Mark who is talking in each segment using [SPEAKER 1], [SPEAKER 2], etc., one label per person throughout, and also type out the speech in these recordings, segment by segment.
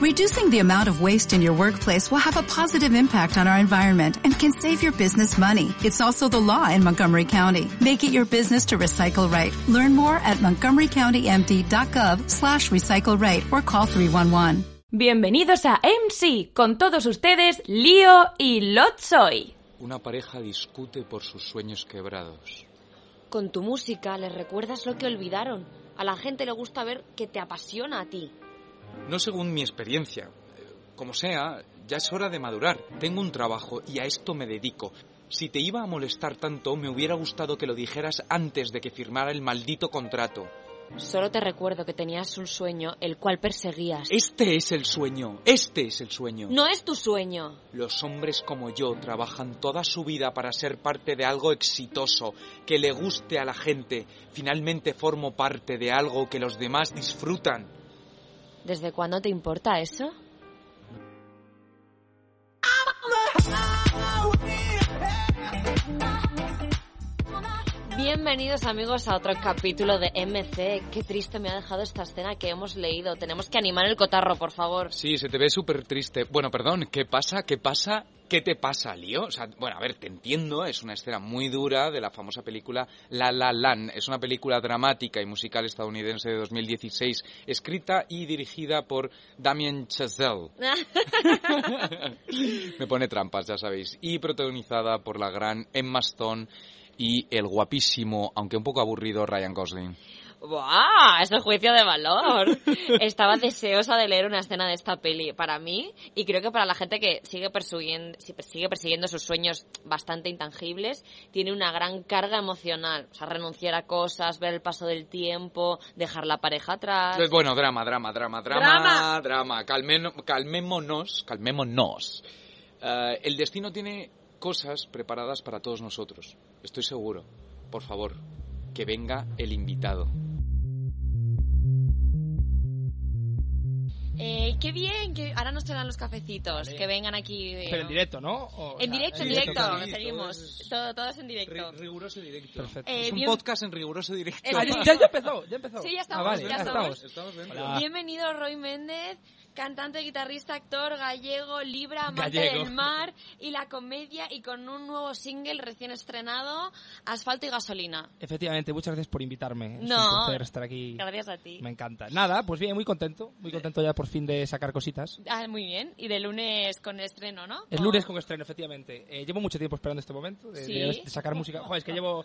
[SPEAKER 1] Reducing the amount of waste in your workplace will have a positive impact on our environment and can save your business money. It's also the law in Montgomery County. Make it your business to recycle right. Learn more at montgomerycountymd.gov slash recycle right or call 311.
[SPEAKER 2] Bienvenidos a MC, con todos ustedes Lío y Lotsoy.
[SPEAKER 3] Una pareja discute por sus sueños quebrados.
[SPEAKER 4] Con tu música les recuerdas lo que olvidaron. A la gente le gusta ver que te apasiona a ti.
[SPEAKER 3] No según mi experiencia. Como sea, ya es hora de madurar. Tengo un trabajo y a esto me dedico. Si te iba a molestar tanto, me hubiera gustado que lo dijeras antes de que firmara el maldito contrato.
[SPEAKER 4] Solo te recuerdo que tenías un sueño el cual perseguías.
[SPEAKER 3] Este es el sueño, este es el sueño.
[SPEAKER 4] No es tu sueño.
[SPEAKER 3] Los hombres como yo trabajan toda su vida para ser parte de algo exitoso, que le guste a la gente. Finalmente formo parte de algo que los demás disfrutan.
[SPEAKER 4] ¿Desde cuándo te importa eso? Bienvenidos amigos a otro capítulo de MC. Qué triste me ha dejado esta escena que hemos leído. Tenemos que animar el cotarro, por favor.
[SPEAKER 3] Sí, se te ve súper triste. Bueno, perdón, ¿qué pasa? ¿Qué pasa? ¿Qué te pasa, Lío? O sea, bueno, a ver, te entiendo, es una escena muy dura de la famosa película La La Land. Es una película dramática y musical estadounidense de 2016, escrita y dirigida por Damien Chazelle. Me pone trampas, ya sabéis. Y protagonizada por la gran Emma Stone y el guapísimo, aunque un poco aburrido, Ryan Gosling.
[SPEAKER 4] ¡Buah! Es el juicio de valor. Estaba deseosa de leer una escena de esta peli para mí y creo que para la gente que sigue persiguiendo, sigue persiguiendo sus sueños bastante intangibles, tiene una gran carga emocional. O sea, renunciar a cosas, ver el paso del tiempo, dejar la pareja atrás.
[SPEAKER 3] Pues bueno, drama, drama, drama, drama, drama. Calmen- calmémonos, calmémonos. Eh, el destino tiene cosas preparadas para todos nosotros. Estoy seguro. Por favor, que venga el invitado.
[SPEAKER 4] Eh, ¡Qué bien! Que ahora nos traerán los cafecitos.
[SPEAKER 5] Vale.
[SPEAKER 4] Que vengan aquí. eh,
[SPEAKER 5] Pero en directo, ¿no? O- o
[SPEAKER 4] En
[SPEAKER 5] sea,
[SPEAKER 4] directo, en
[SPEAKER 3] en directo,
[SPEAKER 4] directo.
[SPEAKER 3] en directo,
[SPEAKER 4] Seguimos. Todo, todos en directo.
[SPEAKER 3] riguroso directo.
[SPEAKER 5] Perfecto.
[SPEAKER 4] Eh,
[SPEAKER 3] es un
[SPEAKER 4] bien-
[SPEAKER 3] podcast en riguroso directo.
[SPEAKER 4] Es-
[SPEAKER 5] Ah, ya, ya- ya empezó, ya empezó.
[SPEAKER 4] Sí, ya estamos,
[SPEAKER 5] Ah, vale,
[SPEAKER 4] ya
[SPEAKER 5] estamos.
[SPEAKER 3] Estamos dentro.
[SPEAKER 5] Hola.
[SPEAKER 4] Bienvenido Roy Méndez, cantante, guitarrista, actor, gallego, libra, amante
[SPEAKER 5] Gallego.
[SPEAKER 4] del mar y la comedia y con un nuevo single recién estrenado, Asfalto y Gasolina.
[SPEAKER 5] Efectivamente, muchas gracias por invitarme. Es
[SPEAKER 4] No.
[SPEAKER 5] un placer estar aquí.
[SPEAKER 4] Gracias a ti.
[SPEAKER 5] Me encanta. Nada, pues bien, muy contento. Muy contento ya por fin de sacar cositas.
[SPEAKER 4] Ah, muy bien. Y de lunes con el estreno, ¿no?
[SPEAKER 5] El lunes con estreno, efectivamente. Eh, llevo mucho tiempo esperando este momento de,
[SPEAKER 4] Ah. Sí. Ah.
[SPEAKER 5] de- de sacar música. Joder, es que llevo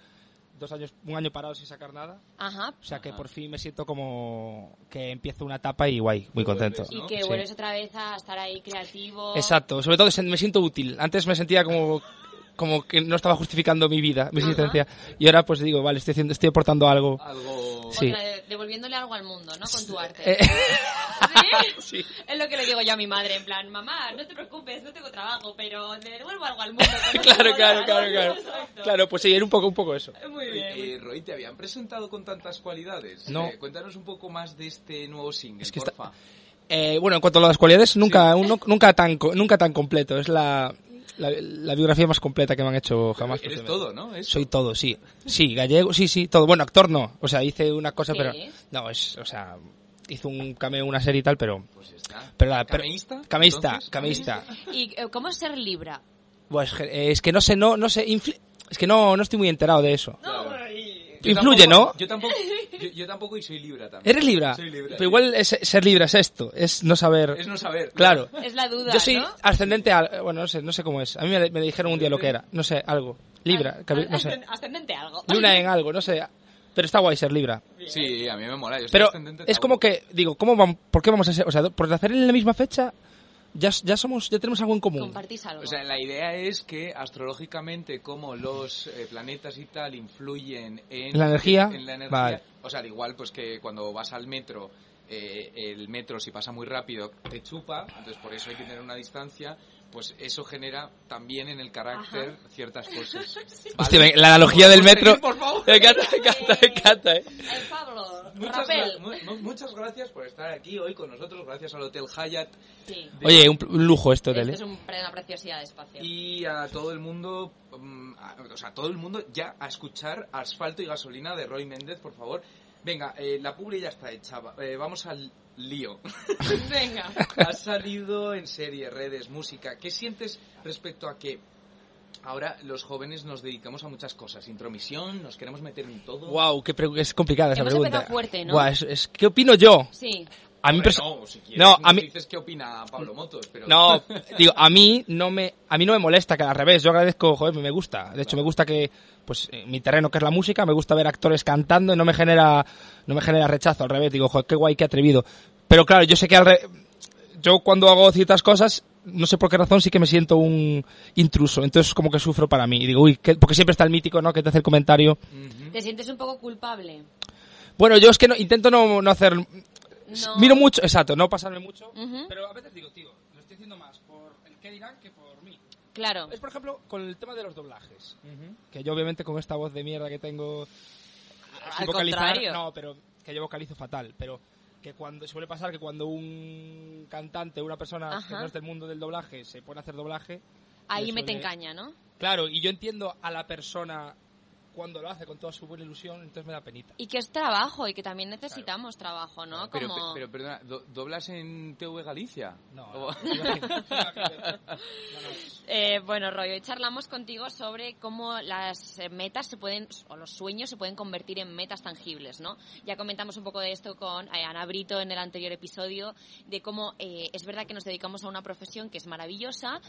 [SPEAKER 5] dos años, un año parado sin sacar nada.
[SPEAKER 4] Ajá.
[SPEAKER 5] O sea que
[SPEAKER 3] Ajá.
[SPEAKER 5] por fin me siento como que empiezo una etapa y guay, muy contento.
[SPEAKER 3] vuelves,
[SPEAKER 4] Y
[SPEAKER 3] ¿no?
[SPEAKER 4] que
[SPEAKER 5] Sí.
[SPEAKER 4] vuelves otra vez a estar ahí creativo.
[SPEAKER 5] Exacto, sobre todo se- me siento útil. Antes me sentía como, como que no estaba justificando mi vida, mi
[SPEAKER 4] Ajá.
[SPEAKER 5] existencia. Y ahora pues digo, vale, estoy, haciendo, estoy aportando algo.
[SPEAKER 3] Ah. Algo...
[SPEAKER 5] Sí.
[SPEAKER 4] Otra- devolviéndole algo al mundo, ¿no? Con tu arte.
[SPEAKER 5] Eh,
[SPEAKER 4] ¿Sí? Es lo que le digo yo a mi madre, en plan, mamá, no te preocupes, no tengo trabajo, pero te devuelvo algo al mundo. que no tengo nada".
[SPEAKER 5] claro, claro, claro, claro.
[SPEAKER 4] Exacto.
[SPEAKER 5] Claro, pues sí, era un poco, un poco eso.
[SPEAKER 4] Muy bien. muy
[SPEAKER 3] Eh, Roy, te habían presentado con tantas cualidades.
[SPEAKER 5] No.
[SPEAKER 3] Eh, cuéntanos un poco más de este nuevo single,
[SPEAKER 5] Es que está-
[SPEAKER 3] porfa.
[SPEAKER 5] Eh, bueno, en cuanto a las cualidades, nunca, un- no- nunca, tan, co- nunca tan completo. Es la, la, la biografía más completa que me han hecho jamás.
[SPEAKER 3] Eres
[SPEAKER 5] posiblemente.
[SPEAKER 3] todo, ¿no? Eso.
[SPEAKER 5] pues, Soy todo, sí. Sí, gallego, sí, sí, todo. Bueno, actor no. O sea, hice una cosa,
[SPEAKER 4] Sí.
[SPEAKER 5] pero... No, es, o sea, hice un cameo, una serie y tal, pero...
[SPEAKER 3] Pues ya está.
[SPEAKER 5] Pero nada, pero-
[SPEAKER 3] ¿Cameísta?
[SPEAKER 5] Cameísta,
[SPEAKER 3] Entonces,
[SPEAKER 5] cameísta.
[SPEAKER 4] ¿Y eh, cómo es ser Libra?
[SPEAKER 5] Pues eh, es que no sé, no, no sé, influ- es que no, no estoy muy enterado de eso.
[SPEAKER 3] Claro. Yo
[SPEAKER 5] Influye,
[SPEAKER 3] tampoco-
[SPEAKER 5] ¿no?
[SPEAKER 3] Yo tampoco, yo, yo tampoco y soy libra también.
[SPEAKER 5] Eres libra,
[SPEAKER 3] Soy libra.
[SPEAKER 5] pero igual es- ser libra es esto, es no saber.
[SPEAKER 3] Es no saber.
[SPEAKER 5] Claro.
[SPEAKER 4] Es la duda,
[SPEAKER 5] Yo soy
[SPEAKER 4] ¿no?
[SPEAKER 5] ascendente a, bueno, no sé, no sé cómo es. A mí me, me dijeron un día lo que era, no sé, algo. Libra,
[SPEAKER 4] Al-
[SPEAKER 5] cabe-
[SPEAKER 4] al-
[SPEAKER 5] no sé.
[SPEAKER 4] ascend- Ascendente a algo.
[SPEAKER 5] Luna en algo, no sé. Pero está guay ser libra.
[SPEAKER 3] Sí, a mí me mola. Yo soy
[SPEAKER 5] Pero
[SPEAKER 3] ascendente
[SPEAKER 5] es
[SPEAKER 3] Tauro.
[SPEAKER 5] como que digo, ¿cómo vamos, por qué vamos a ser, o sea, por nacer en la misma fecha ya, ya somos ya tenemos algo en común.
[SPEAKER 4] Compartís algo.
[SPEAKER 3] O sea, la idea es que astrológicamente como los eh, planetas y tal influyen en...
[SPEAKER 5] ¿La energía?
[SPEAKER 3] En la energía.
[SPEAKER 5] Vale.
[SPEAKER 3] O sea, al igual pues que cuando vas al metro, eh, el metro si pasa muy rápido te chupa, entonces por eso hay que tener una distancia, pues eso genera también en el carácter ciertas cosas. ¿Vale?
[SPEAKER 5] Hostia, me- la analogía del
[SPEAKER 3] Seguid,
[SPEAKER 5] metro.
[SPEAKER 3] por favor.
[SPEAKER 5] Me encanta, me encanta, me encanta, eh.
[SPEAKER 4] Eh, Pablo,
[SPEAKER 3] Muchas,
[SPEAKER 4] Rapel.
[SPEAKER 3] gra- mu- mu- muchas gracias por estar aquí hoy con nosotros, gracias al Hotel Hyatt
[SPEAKER 4] Sí.
[SPEAKER 5] Oye, un, un lujo esto,
[SPEAKER 4] Esto
[SPEAKER 5] Tele.
[SPEAKER 4] este es un, pre- una preciosidad de espacio.
[SPEAKER 3] y a todo el mundo, mm, a- o sea, todo el mundo ya a escuchar Asfalto y Gasolina de Roy Méndez, por favor. Venga, eh, la publi ya está hecha. va- eh, vamos al lío.
[SPEAKER 4] Venga.
[SPEAKER 3] Has salido en serie, redes, música. ¿Qué sientes respecto a que ahora los jóvenes nos dedicamos a muchas cosas? Intromisión, nos queremos meter en todo.
[SPEAKER 5] Wow, qué pre- es complicada esa
[SPEAKER 4] Hemos
[SPEAKER 5] pregunta.
[SPEAKER 4] empezado fuerte, ¿no?
[SPEAKER 5] Guau, es, es- ¿Qué opino yo?
[SPEAKER 4] Sí.
[SPEAKER 5] A mí
[SPEAKER 3] Hombre,
[SPEAKER 5] perso-
[SPEAKER 3] no, si quieres,
[SPEAKER 5] no, a
[SPEAKER 3] nos
[SPEAKER 5] mí
[SPEAKER 3] dices qué opina Pablo Motos, pero
[SPEAKER 5] no, digo, a mí no me a mí no me molesta que al revés, yo agradezco, joder, me gusta. De hecho, me gusta que pues eh, mi terreno que es la música, me gusta ver actores cantando y no me genera no me genera rechazo, al revés, digo, joder, qué guay, qué atrevido. Pero claro, yo sé que al re- yo cuando hago ciertas cosas no sé por qué razón sí que me siento un intruso, entonces como que sufro para mí y digo, uy, que- porque siempre está el mítico, ¿no? Que te hace el comentario.
[SPEAKER 4] ¿Te sientes un poco culpable?
[SPEAKER 5] Bueno, yo es que no, intento no, no hacer.
[SPEAKER 4] No.
[SPEAKER 5] Miro mucho, exacto, no pasarme mucho.
[SPEAKER 4] Ujú.
[SPEAKER 5] Pero a veces digo, tío, lo estoy haciendo más por el que dirán que por mí.
[SPEAKER 4] Claro.
[SPEAKER 5] Es por ejemplo con el tema de los doblajes. Que yo, obviamente, con esta voz de mierda que tengo.
[SPEAKER 4] Al
[SPEAKER 5] sin vocalizar,
[SPEAKER 4] contrario.
[SPEAKER 5] No, pero que yo vocalizo fatal. Pero que cuando suele pasar que cuando un cantante, una persona que
[SPEAKER 4] Ajá.
[SPEAKER 5] no es del mundo del doblaje, se pone a hacer doblaje.
[SPEAKER 4] Ahí
[SPEAKER 5] me
[SPEAKER 4] me te
[SPEAKER 5] suele-
[SPEAKER 4] encaña, ¿no?
[SPEAKER 5] Claro, y yo entiendo a la persona cuando lo hace con toda su buena ilusión, entonces me da penita.
[SPEAKER 4] Y que es trabajo y que también necesitamos trabajo, ¿no?
[SPEAKER 3] Pero,
[SPEAKER 4] Como...
[SPEAKER 3] pero perdona, ¿do- ¿doblas en TV Galicia?
[SPEAKER 5] No,
[SPEAKER 3] O-
[SPEAKER 4] Eh, bueno, Roy, hoy charlamos contigo sobre cómo las eh, metas se pueden, o los sueños se pueden convertir en metas tangibles, ¿no? Ya comentamos un poco de esto con eh, Ana Brito en el anterior episodio, de cómo eh, es verdad que nos dedicamos a una profesión que es maravillosa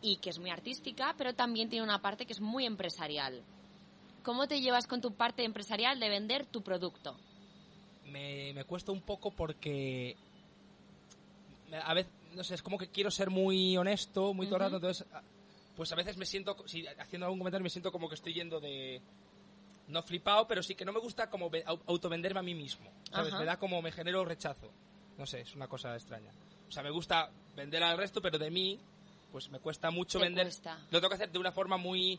[SPEAKER 4] y que es muy artística, pero también tiene una parte que es muy empresarial. ¿Cómo te llevas con tu parte empresarial de vender tu producto?
[SPEAKER 5] me, me cuesta un poco porque me- a veces no sé es como que quiero ser muy honesto muy todo el rato, entonces a- pues a veces me siento co- si haciendo algún comentario me siento como que estoy yendo de no flipado pero sí que no me gusta como ve- au- autovenderme a mí mismo ¿sabes?
[SPEAKER 4] Ajá.
[SPEAKER 5] me da como me genero rechazo no sé es una cosa extraña o sea me gusta vender al resto pero de mí pues me cuesta mucho
[SPEAKER 4] Te
[SPEAKER 5] vender
[SPEAKER 4] cuesta.
[SPEAKER 5] lo tengo que hacer de una forma muy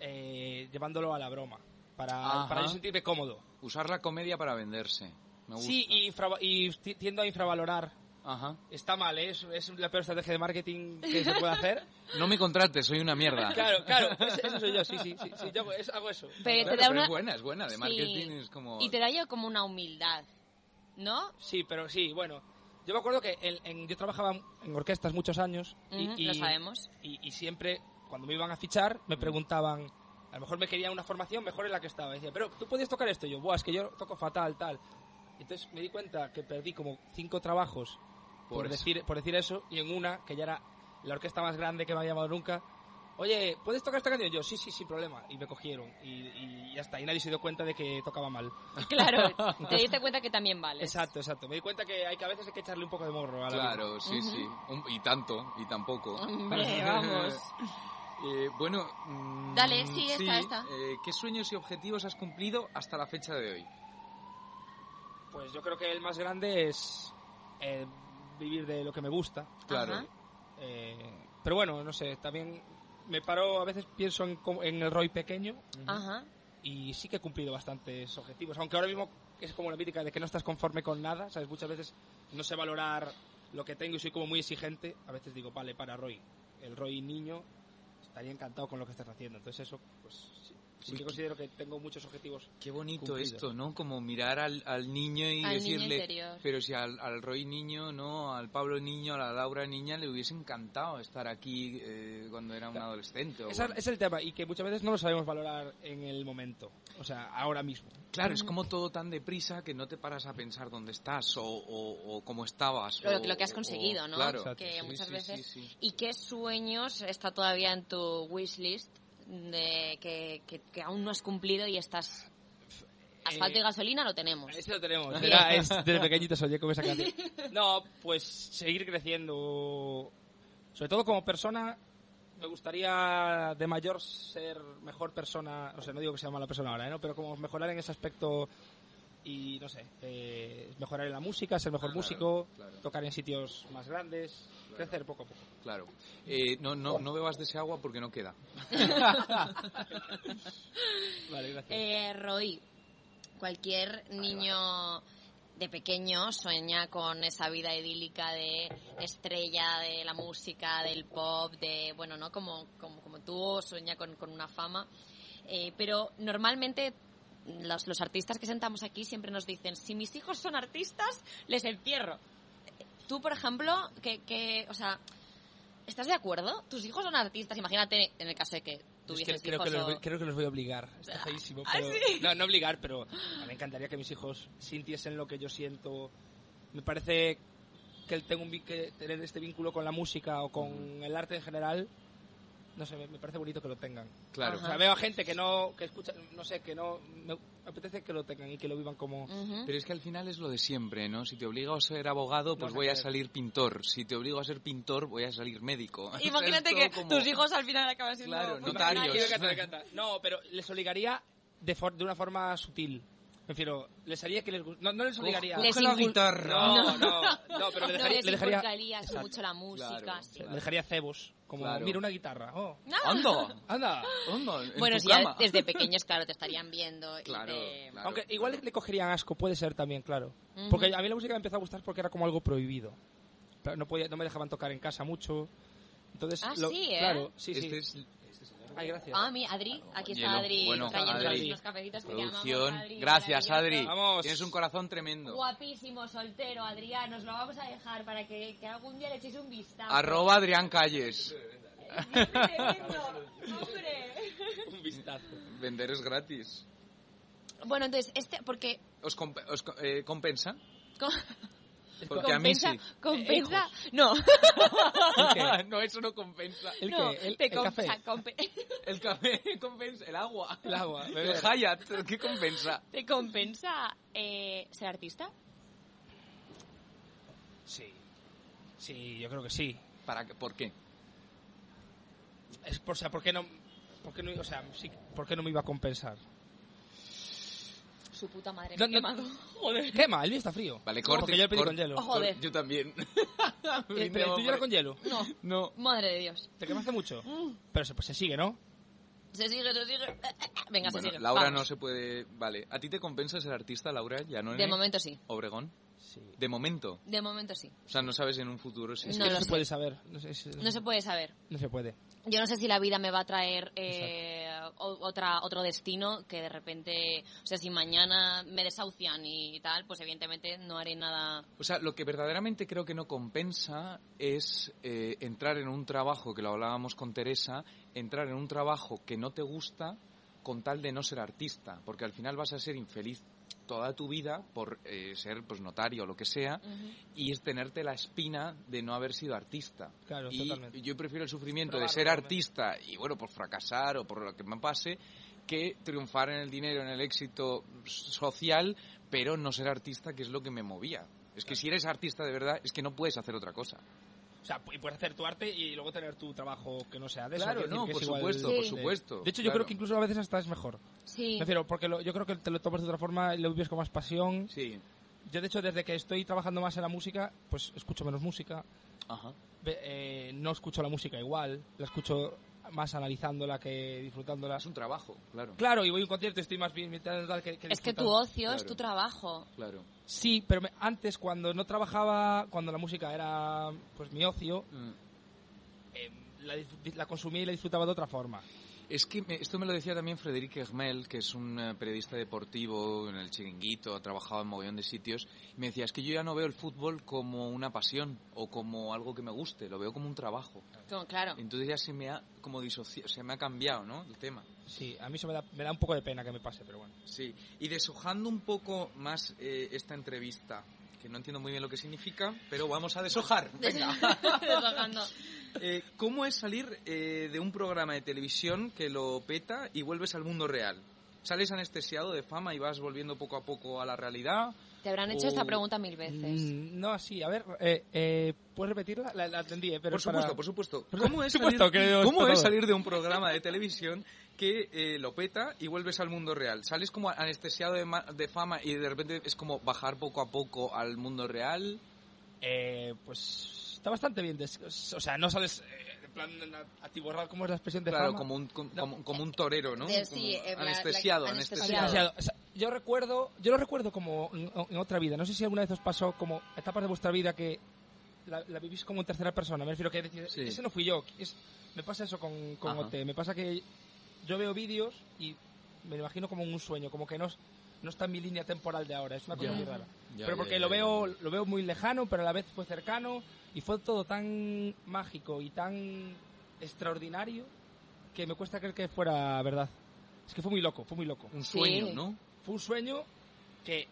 [SPEAKER 5] eh, llevándolo a la broma para,
[SPEAKER 3] Ajá.
[SPEAKER 5] para yo sentirme cómodo
[SPEAKER 3] Usar la comedia para venderse. Me gusta.
[SPEAKER 5] Sí, y, infrava- y ti- tiendo a infravalorar.
[SPEAKER 3] Ajá.
[SPEAKER 5] Está mal, ¿eh? es, es la peor estrategia de marketing que se puede hacer.
[SPEAKER 3] No me contrates, soy una mierda.
[SPEAKER 5] Claro, claro, es- eso soy yo, sí, sí, sí, sí, yo hago, es- hago eso.
[SPEAKER 3] Claro,
[SPEAKER 4] Pero te da
[SPEAKER 3] pero
[SPEAKER 4] una...
[SPEAKER 3] es buena, es buena. De
[SPEAKER 4] Sí.
[SPEAKER 3] marketing es como...
[SPEAKER 4] Y te da ya como una humildad, ¿no?
[SPEAKER 5] Sí, pero sí, bueno. Yo me acuerdo que en- en- yo trabajaba en orquestas muchos años y,
[SPEAKER 4] Ujú,
[SPEAKER 5] y-
[SPEAKER 4] lo sabemos.
[SPEAKER 5] y- y siempre cuando me iban a fichar me preguntaban, a lo mejor me querían una formación mejor en la que estaba. Decía, pero tú puedes tocar esto. Y yo, Buah, es que yo toco fatal, tal. Entonces me di cuenta que perdí como cinco trabajos por,
[SPEAKER 3] Por eso.
[SPEAKER 5] decir, por decir eso, y en una, que ya era la orquesta más grande que me había llamado nunca, oye, ¿puedes tocar esta canción? Y yo, sí, sí, sin problema. Y me cogieron, y, y ya está, y nadie se dio cuenta de que tocaba mal.
[SPEAKER 4] Claro, te diste cuenta que también vale.
[SPEAKER 5] Exacto, exacto. Me di cuenta que hay que a veces hay que echarle un poco de morro a la vida.
[SPEAKER 3] Claro, sí, sí. Un- y tanto, y tampoco.
[SPEAKER 4] Hombre, vamos.
[SPEAKER 3] Eh, bueno... mm,
[SPEAKER 4] Dale, sí, esta, esta.
[SPEAKER 3] eh, ¿Qué sueños y objetivos has cumplido hasta la fecha de hoy?
[SPEAKER 5] Pues yo creo que el más grande es eh, vivir de lo que me gusta.
[SPEAKER 3] Claro.
[SPEAKER 4] Ajá.
[SPEAKER 5] Eh, pero bueno, no sé, también me paro, a veces pienso en, cómo- en el Roy pequeño,
[SPEAKER 4] Ajá.
[SPEAKER 5] y sí que he cumplido bastantes objetivos, aunque ahora mismo es como la mítica de que no estás conforme con nada, ¿sabes? Muchas veces no sé valorar lo que tengo y soy como muy exigente, a veces digo, vale, para Roy, el Roy niño estaría encantado con lo que estás haciendo, entonces eso, pues sí, sí
[SPEAKER 3] Uy,
[SPEAKER 5] que
[SPEAKER 3] qué-
[SPEAKER 5] considero que tengo muchos objetivos.
[SPEAKER 3] Qué bonito
[SPEAKER 5] Cumplido.
[SPEAKER 3] esto, ¿no? Como mirar al, al niño y
[SPEAKER 4] Al niño
[SPEAKER 3] decirle...
[SPEAKER 4] interior.
[SPEAKER 3] pero si al, al Roy niño, ¿no? Al Pablo niño, a la Laura niña, le hubiese encantado estar aquí eh, cuando era un adolescente. o
[SPEAKER 5] Esa-
[SPEAKER 3] bueno.
[SPEAKER 5] es el tema, y que muchas veces no lo sabemos valorar en el momento, o sea, ahora mismo.
[SPEAKER 3] Claro,
[SPEAKER 5] mm.
[SPEAKER 3] es como todo tan deprisa que no te paras a pensar dónde estás o, o- o cómo estabas.
[SPEAKER 4] Lo-
[SPEAKER 3] o-
[SPEAKER 4] lo que has
[SPEAKER 3] o-
[SPEAKER 4] conseguido, ¿no?
[SPEAKER 3] Claro.
[SPEAKER 5] Exacto,
[SPEAKER 4] Que
[SPEAKER 5] sí,
[SPEAKER 4] muchas
[SPEAKER 3] sí,
[SPEAKER 4] veces...
[SPEAKER 3] sí, sí.
[SPEAKER 4] ¿Y qué sueños está todavía en tu wishlist de que, que, que aún no has cumplido y estás... Asfalto
[SPEAKER 5] Eh,
[SPEAKER 4] y gasolina lo tenemos.
[SPEAKER 5] Ese lo tenemos. Era, es desde pequeñito soñé con esa canción. No, pues seguir creciendo. Sobre todo como persona, me gustaría de mayor ser mejor persona. O sea, no digo que sea mala persona ahora, ¿eh? ¿no? Pero como mejorar en ese aspecto y, no sé, eh, mejorar en la música, ser mejor
[SPEAKER 3] Ah, claro,
[SPEAKER 5] músico,
[SPEAKER 3] claro.
[SPEAKER 5] tocar en sitios más grandes, crecer poco a poco.
[SPEAKER 3] Claro. Eh, no, no, no bebas de ese agua porque no queda.
[SPEAKER 5] Vale, gracias.
[SPEAKER 4] Eh, Roy, cualquier niño de pequeño sueña con esa vida idílica de estrella de la música, del pop, de, bueno, ¿no? Como, como, como tú, sueña con, con una fama. Eh, pero normalmente los, los artistas que sentamos aquí siempre nos dicen, si mis hijos son artistas, les encierro. Tú, por ejemplo, que, que o sea, ¿estás de acuerdo? Tus hijos son artistas, imagínate en el caso de que
[SPEAKER 5] Es
[SPEAKER 4] tuvieses
[SPEAKER 5] que creo,
[SPEAKER 4] hijos
[SPEAKER 5] que los,
[SPEAKER 4] o-
[SPEAKER 5] voy- creo que los voy a obligar. Está
[SPEAKER 4] Ah,
[SPEAKER 5] feísimo.
[SPEAKER 4] ¿ah,
[SPEAKER 5] pero-
[SPEAKER 4] sí?
[SPEAKER 5] No, no obligar, pero me encantaría que mis hijos sintiesen lo que yo siento. Me parece que el tengo un vi- que tener este vínculo con la música o
[SPEAKER 4] Mm.
[SPEAKER 5] con el arte en general. No sé, me, me parece bonito que lo tengan.
[SPEAKER 3] Claro.
[SPEAKER 4] Ah.
[SPEAKER 5] O sea, veo a gente que no, que escucha, no sé, que no, me apetece que lo tengan y que lo vivan como...
[SPEAKER 4] Ujú.
[SPEAKER 3] Pero es que al final es lo de siempre, ¿no? Si te obligo a ser abogado, pues
[SPEAKER 5] vas a
[SPEAKER 3] voy a
[SPEAKER 5] ser.
[SPEAKER 3] salir pintor. Si te obligo a ser pintor, voy a salir médico. O sea, es
[SPEAKER 4] Imagínate
[SPEAKER 3] todo
[SPEAKER 4] que
[SPEAKER 3] como-
[SPEAKER 4] tus hijos al final acaban siendo
[SPEAKER 3] Claro,
[SPEAKER 4] funcionarios.
[SPEAKER 3] notarios.
[SPEAKER 5] Me encanta, me encanta. No, pero les obligaría de, for- de una forma sutil. Me refiero, les haría que les gust- No, no les obligaría.
[SPEAKER 4] Les
[SPEAKER 3] Cógelo,
[SPEAKER 4] incul-
[SPEAKER 3] guitarra.
[SPEAKER 5] No, no, no, pero le
[SPEAKER 4] No
[SPEAKER 5] dejaría,
[SPEAKER 4] les
[SPEAKER 5] le dejaría,
[SPEAKER 4] inculcarías
[SPEAKER 5] Exacto.
[SPEAKER 4] mucho la música.
[SPEAKER 3] Claro.
[SPEAKER 4] sí.
[SPEAKER 5] le dejaría cebos. Como,
[SPEAKER 3] Claro.
[SPEAKER 5] mira, una guitarra. Oh,
[SPEAKER 3] ¡Anda!
[SPEAKER 5] anda.
[SPEAKER 3] ¡Anda! en
[SPEAKER 4] Bueno,
[SPEAKER 3] tu
[SPEAKER 4] si ya
[SPEAKER 3] cama.
[SPEAKER 4] desde pequeños, claro, te estarían viendo. y
[SPEAKER 3] Claro,
[SPEAKER 4] te-
[SPEAKER 3] claro.
[SPEAKER 5] Aunque igual
[SPEAKER 3] claro.
[SPEAKER 5] le cogerían asco, puede ser también, claro.
[SPEAKER 4] Ujú.
[SPEAKER 5] Porque a mí la música me empezó a gustar porque era como algo prohibido. Pero No, podía, no me dejaban tocar en casa mucho. Entonces,
[SPEAKER 4] Ah,
[SPEAKER 5] lo-
[SPEAKER 4] sí, ¿eh?
[SPEAKER 5] Claro, sí, sí.
[SPEAKER 3] Este es
[SPEAKER 5] Ay, gracias.
[SPEAKER 4] Ah, mi Adri, aquí está
[SPEAKER 3] Hielo.
[SPEAKER 4] Adri
[SPEAKER 3] Bueno,
[SPEAKER 4] trayéndonos
[SPEAKER 5] Adri.
[SPEAKER 4] unos cafecitos que te amamos,
[SPEAKER 3] Producción.
[SPEAKER 4] Adri,
[SPEAKER 3] Gracias, Adri.
[SPEAKER 4] maravilloso.
[SPEAKER 5] Vamos.
[SPEAKER 3] Tienes un corazón tremendo.
[SPEAKER 4] Guapísimo, soltero, Adrián, os lo vamos a dejar para que, que algún día le echéis un vistazo.
[SPEAKER 3] Arroba Adrián Calles.
[SPEAKER 4] Tremendo, hombre.
[SPEAKER 5] un vistazo.
[SPEAKER 3] Vender es gratis.
[SPEAKER 4] Bueno, entonces, este, porque
[SPEAKER 3] ¿Os, comp- os co- eh, compensa?
[SPEAKER 4] co-
[SPEAKER 3] Porque a mí sí.
[SPEAKER 4] compensa, compensa,
[SPEAKER 5] Eh,
[SPEAKER 4] no,
[SPEAKER 5] qué?
[SPEAKER 3] no, eso no compensa.
[SPEAKER 5] ¿El
[SPEAKER 4] no,
[SPEAKER 5] qué? ¿El,
[SPEAKER 4] te
[SPEAKER 5] el
[SPEAKER 4] compensa,
[SPEAKER 5] café?
[SPEAKER 4] compe-
[SPEAKER 3] El café compensa. El agua.
[SPEAKER 5] El agua,
[SPEAKER 3] El
[SPEAKER 5] beber.
[SPEAKER 3] Hayat. ¿Qué compensa?
[SPEAKER 4] te compensa eh, ser artista.
[SPEAKER 5] Sí. Sí, yo creo que sí.
[SPEAKER 3] ¿Para qué? ¿Por qué?
[SPEAKER 5] Es por, o sea, ¿por qué no, por qué no, o sea, sí, ¿por qué no me iba a compensar?
[SPEAKER 4] Su puta madre, me
[SPEAKER 5] No,
[SPEAKER 4] he
[SPEAKER 5] no.
[SPEAKER 4] quemado. Joder.
[SPEAKER 5] Quema, el mío está frío.
[SPEAKER 3] Vale, corte.
[SPEAKER 5] Porque yo le pedí
[SPEAKER 3] corte.
[SPEAKER 5] con hielo.
[SPEAKER 4] Oh, joder.
[SPEAKER 3] Yo también.
[SPEAKER 5] Eh, pero tú ya era con hielo.
[SPEAKER 4] No,
[SPEAKER 3] No.
[SPEAKER 4] madre de Dios.
[SPEAKER 5] Te quemaste mucho.
[SPEAKER 3] Mm.
[SPEAKER 5] Pero se, pues se sigue, ¿no?
[SPEAKER 4] Se sigue, se sigue. Venga, se
[SPEAKER 3] Bueno,
[SPEAKER 4] sigue.
[SPEAKER 3] Laura
[SPEAKER 4] Vamos.
[SPEAKER 3] no se puede... Vale. ¿A ti te compensa ser artista, Laura? Ya no
[SPEAKER 4] De momento sí.
[SPEAKER 3] Obregón.
[SPEAKER 5] Sí.
[SPEAKER 3] De momento.
[SPEAKER 4] De momento sí.
[SPEAKER 3] O sea, no sabes en un futuro si...
[SPEAKER 5] Es
[SPEAKER 4] No
[SPEAKER 5] que no
[SPEAKER 4] lo
[SPEAKER 5] se
[SPEAKER 4] sé.
[SPEAKER 5] puede saber. No, sé, es-
[SPEAKER 4] No se puede saber.
[SPEAKER 5] no se puede.
[SPEAKER 4] Yo no sé si la vida me va a traer eh, o- otra, otro destino que de repente, o sea, si mañana me desahucian y tal, pues evidentemente no haré nada.
[SPEAKER 3] O sea, lo que verdaderamente creo que no compensa es eh, entrar en un trabajo, que lo hablábamos con Teresa, entrar en un trabajo que no te gusta con tal de no ser artista, porque al final vas a ser infeliz toda tu vida por eh, ser pues notario o lo que sea y es tenerte la espina de no haber sido artista.
[SPEAKER 5] Claro,
[SPEAKER 3] y
[SPEAKER 5] totalmente.
[SPEAKER 3] yo prefiero el sufrimiento de
[SPEAKER 5] Probar,
[SPEAKER 3] ser
[SPEAKER 5] probar.
[SPEAKER 3] artista y bueno, por fracasar o por lo que me pase que triunfar en el dinero, en el éxito social, pero no ser artista, que es lo que me movía. Es que si eres artista de verdad, es que no puedes hacer otra cosa.
[SPEAKER 5] O sea, pu- y puedes hacer tu arte y luego tener tu trabajo que no sea de eso.
[SPEAKER 3] Claro,
[SPEAKER 5] quiero
[SPEAKER 3] no,
[SPEAKER 5] decir que es
[SPEAKER 3] por
[SPEAKER 5] igual
[SPEAKER 3] supuesto,
[SPEAKER 5] de-
[SPEAKER 3] por supuesto,
[SPEAKER 5] De hecho, yo
[SPEAKER 3] claro.
[SPEAKER 5] creo que incluso a veces hasta es mejor.
[SPEAKER 4] Sí.
[SPEAKER 5] Me refiero, porque lo- yo creo que te lo tomas de otra forma y lo vives con más pasión.
[SPEAKER 3] Sí.
[SPEAKER 5] Yo, de hecho, desde que estoy trabajando más en la música, pues escucho menos música.
[SPEAKER 3] Ajá.
[SPEAKER 5] Ve- eh, no escucho la música igual. La escucho más analizándola que disfrutándola.
[SPEAKER 3] Es un trabajo, claro.
[SPEAKER 5] Claro, y voy a un concierto y estoy más bien... tal que,
[SPEAKER 4] Es que tu
[SPEAKER 5] disfrutando.
[SPEAKER 4] ocio es
[SPEAKER 3] Claro.
[SPEAKER 4] tu trabajo.
[SPEAKER 3] Claro.
[SPEAKER 5] Sí, pero me- antes cuando no trabajaba, cuando la música era pues mi ocio,
[SPEAKER 3] Mm.
[SPEAKER 5] eh, la, disfr- la consumía y la disfrutaba de otra forma.
[SPEAKER 3] Es que me- esto me lo decía también Frederic Hermel, que es un eh, periodista deportivo en el chiringuito, ha trabajado en mogollón de sitios. Y me decía, es que yo ya no veo el fútbol como una pasión o como algo que me guste, lo veo como un trabajo.
[SPEAKER 4] Como, claro.
[SPEAKER 3] Entonces ya se me ha como disociado, se me ha cambiado, ¿no? El tema.
[SPEAKER 5] Sí, a mí eso me da, me da un poco de pena que me pase, pero bueno.
[SPEAKER 3] Sí. Y deshojando un poco más eh, esta entrevista, que no entiendo muy bien lo que significa, pero vamos a deshojar. Venga.
[SPEAKER 4] Desahogando.
[SPEAKER 3] Eh, ¿Cómo es salir eh, de un programa de televisión que lo peta y vuelves al mundo real? ¿Sales anestesiado de fama y vas volviendo poco a poco a la realidad?
[SPEAKER 4] Te habrán hecho
[SPEAKER 3] Oh.
[SPEAKER 4] esta pregunta mil veces.
[SPEAKER 5] Uh. Mm, no, así, a ver, eh, eh, ¿puedes repetirla? La, la atendí, eh, pero
[SPEAKER 3] por
[SPEAKER 5] es para-
[SPEAKER 3] supuesto, por supuesto.
[SPEAKER 5] Por
[SPEAKER 3] ¿Cómo es,
[SPEAKER 5] supuesto
[SPEAKER 3] salir,
[SPEAKER 5] que lo-
[SPEAKER 3] cómo
[SPEAKER 5] todo.
[SPEAKER 3] es salir de un programa de televisión que eh, lo peta y vuelves al mundo real? ¿Sales como anestesiado de, ma- de fama y de repente es como bajar poco a poco al mundo real?
[SPEAKER 5] Eh, pues está bastante bien. des- O sea, no sales eh, en plan a- atiborrado, ¿cómo es la expresión de
[SPEAKER 3] claro,
[SPEAKER 5] fama?
[SPEAKER 3] como un, como, como un torero, ¿no?
[SPEAKER 4] De- sí,
[SPEAKER 3] Como
[SPEAKER 4] eh, la- la-
[SPEAKER 3] anestesiado,
[SPEAKER 5] Sí,
[SPEAKER 4] Claro.
[SPEAKER 3] anestesiado.
[SPEAKER 5] demasiado. O sea, yo recuerdo, yo lo recuerdo como en, en otra vida. No sé si alguna vez os pasó como etapas de vuestra vida que la, la vivís como en tercera persona. Me refiero que decís,
[SPEAKER 3] Sí.
[SPEAKER 5] ese no fui yo. Es- me pasa eso con, con
[SPEAKER 3] Ajá.
[SPEAKER 5] OT. Me pasa que yo veo vídeos y me lo imagino como un sueño, como que no, es- no está en mi línea temporal de ahora, es una cosa
[SPEAKER 3] Ya.
[SPEAKER 5] muy rara.
[SPEAKER 3] Ya,
[SPEAKER 5] pero
[SPEAKER 3] ya,
[SPEAKER 5] porque
[SPEAKER 3] ya,
[SPEAKER 5] lo
[SPEAKER 3] ya.
[SPEAKER 5] veo lo veo muy lejano, pero a la vez fue cercano y fue todo tan mágico y tan extraordinario que me cuesta creer que fuera verdad. Es que fue muy loco, fue muy loco.
[SPEAKER 3] Un
[SPEAKER 4] Sí.
[SPEAKER 3] sueño, ¿no?
[SPEAKER 5] Fue un sueño que eh,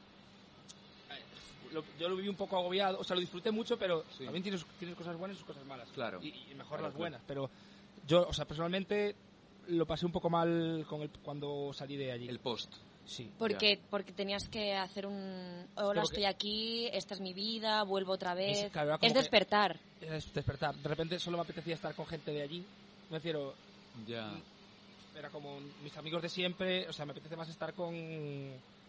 [SPEAKER 5] lo- yo lo viví un poco agobiado, o sea, lo disfruté mucho, pero
[SPEAKER 3] Sí.
[SPEAKER 5] también tiene, sus- tiene sus cosas buenas y sus cosas malas.
[SPEAKER 3] Claro.
[SPEAKER 5] Y, y mejor
[SPEAKER 3] Claro,
[SPEAKER 5] las
[SPEAKER 3] claro.
[SPEAKER 5] buenas, pero yo, o sea, personalmente lo pasé un poco mal con el, cuando salí de allí.
[SPEAKER 3] El post.
[SPEAKER 5] Sí.
[SPEAKER 4] Porque, porque tenías que hacer un... Hola,
[SPEAKER 5] Como que-
[SPEAKER 4] estoy aquí, esta es mi vida, vuelvo otra vez.
[SPEAKER 5] Es- claro, era como
[SPEAKER 4] es
[SPEAKER 5] que-
[SPEAKER 4] despertar.
[SPEAKER 5] Es despertar. De repente solo me apetecía estar con gente de allí. Me refiero,
[SPEAKER 3] Ya.
[SPEAKER 5] era como mis amigos de siempre, o sea, me apetece más estar con,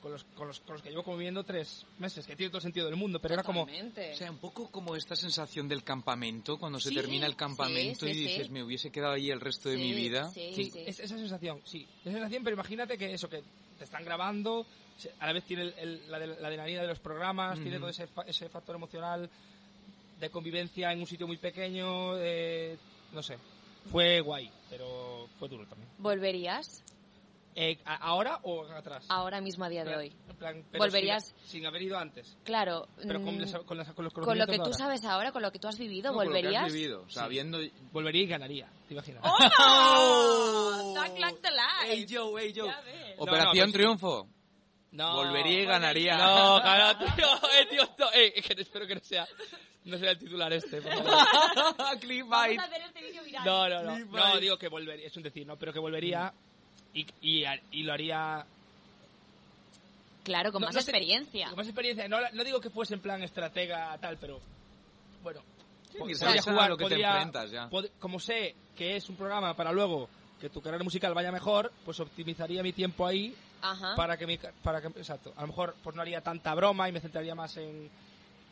[SPEAKER 5] con, los, con, los, con los que llevo conviviendo tres meses, que tiene todo el sentido del mundo, pero era
[SPEAKER 4] Totalmente.
[SPEAKER 3] O sea, un poco como esta sensación del campamento, cuando se
[SPEAKER 4] Sí,
[SPEAKER 3] termina el campamento
[SPEAKER 4] sí,
[SPEAKER 3] y
[SPEAKER 4] sí,
[SPEAKER 3] dices,
[SPEAKER 4] sí.
[SPEAKER 3] me hubiese quedado ahí el resto de
[SPEAKER 4] Sí,
[SPEAKER 3] mi vida.
[SPEAKER 4] sí,
[SPEAKER 5] como...
[SPEAKER 4] sí.
[SPEAKER 5] Sí, es- esa sensación, sí. Esa sensación, pero imagínate que eso, que te están grabando, se- a la vez tiene el- el- la, de- la adrenalina de los programas,
[SPEAKER 3] Ujú.
[SPEAKER 5] tiene todo ese, fa- ese factor emocional de convivencia en un sitio muy pequeño, eh, no sé. Fue guay, pero fue duro también.
[SPEAKER 4] ¿Volverías
[SPEAKER 5] Eh, ¿a- ¿Ahora o atrás?
[SPEAKER 4] ahora mismo a día
[SPEAKER 5] En
[SPEAKER 4] de
[SPEAKER 5] plan-
[SPEAKER 4] hoy?
[SPEAKER 5] en plan, pero
[SPEAKER 4] ¿Volverías?
[SPEAKER 5] Sin, sin haber ido antes.
[SPEAKER 4] Claro.
[SPEAKER 5] Pero con,
[SPEAKER 4] mm,
[SPEAKER 5] las- con, las- con los
[SPEAKER 4] con lo
[SPEAKER 5] conocimientos
[SPEAKER 4] que
[SPEAKER 5] de
[SPEAKER 4] tú
[SPEAKER 5] ahora.
[SPEAKER 4] sabes ahora, con lo que tú has vivido,
[SPEAKER 3] No, por lo que has
[SPEAKER 4] ¿volverías?
[SPEAKER 3] vivido, o sea, viendo-
[SPEAKER 5] Volvería y ganaría, te imaginas.
[SPEAKER 4] ¡Oh! Dark Light the Light.
[SPEAKER 3] Ey, yo, ey, yo.
[SPEAKER 4] Ya ves.
[SPEAKER 5] No,
[SPEAKER 3] Operación
[SPEAKER 5] no, pero-
[SPEAKER 3] Triunfo.
[SPEAKER 5] No,
[SPEAKER 3] Volvería y ganaría.
[SPEAKER 5] No, claro, tío, eh, tío, no, eh, que espero que no sea, no sea el titular este, por favor.
[SPEAKER 3] Clickbait.
[SPEAKER 4] hacer este vídeo viral.
[SPEAKER 5] No, no, no,
[SPEAKER 3] Flipas.
[SPEAKER 5] no, digo que volvería, es un decir, no, pero que volvería y, y, har- y lo haría...
[SPEAKER 4] Claro, con
[SPEAKER 5] No,
[SPEAKER 4] más
[SPEAKER 5] no sé-
[SPEAKER 4] experiencia.
[SPEAKER 5] Con más experiencia, no, la- no digo que fuese en plan estratega tal, pero bueno, po-
[SPEAKER 3] que
[SPEAKER 5] podría
[SPEAKER 3] sabes a
[SPEAKER 5] jugar,
[SPEAKER 3] lo que te
[SPEAKER 5] podría-
[SPEAKER 3] enfrentas ya.
[SPEAKER 5] pod- como sé que es un programa para luego que tu carrera musical vaya mejor, pues optimizaría mi tiempo ahí
[SPEAKER 4] Ajá.
[SPEAKER 5] para que mi ca- para que exacto a lo mejor pues no haría tanta broma y me centraría más en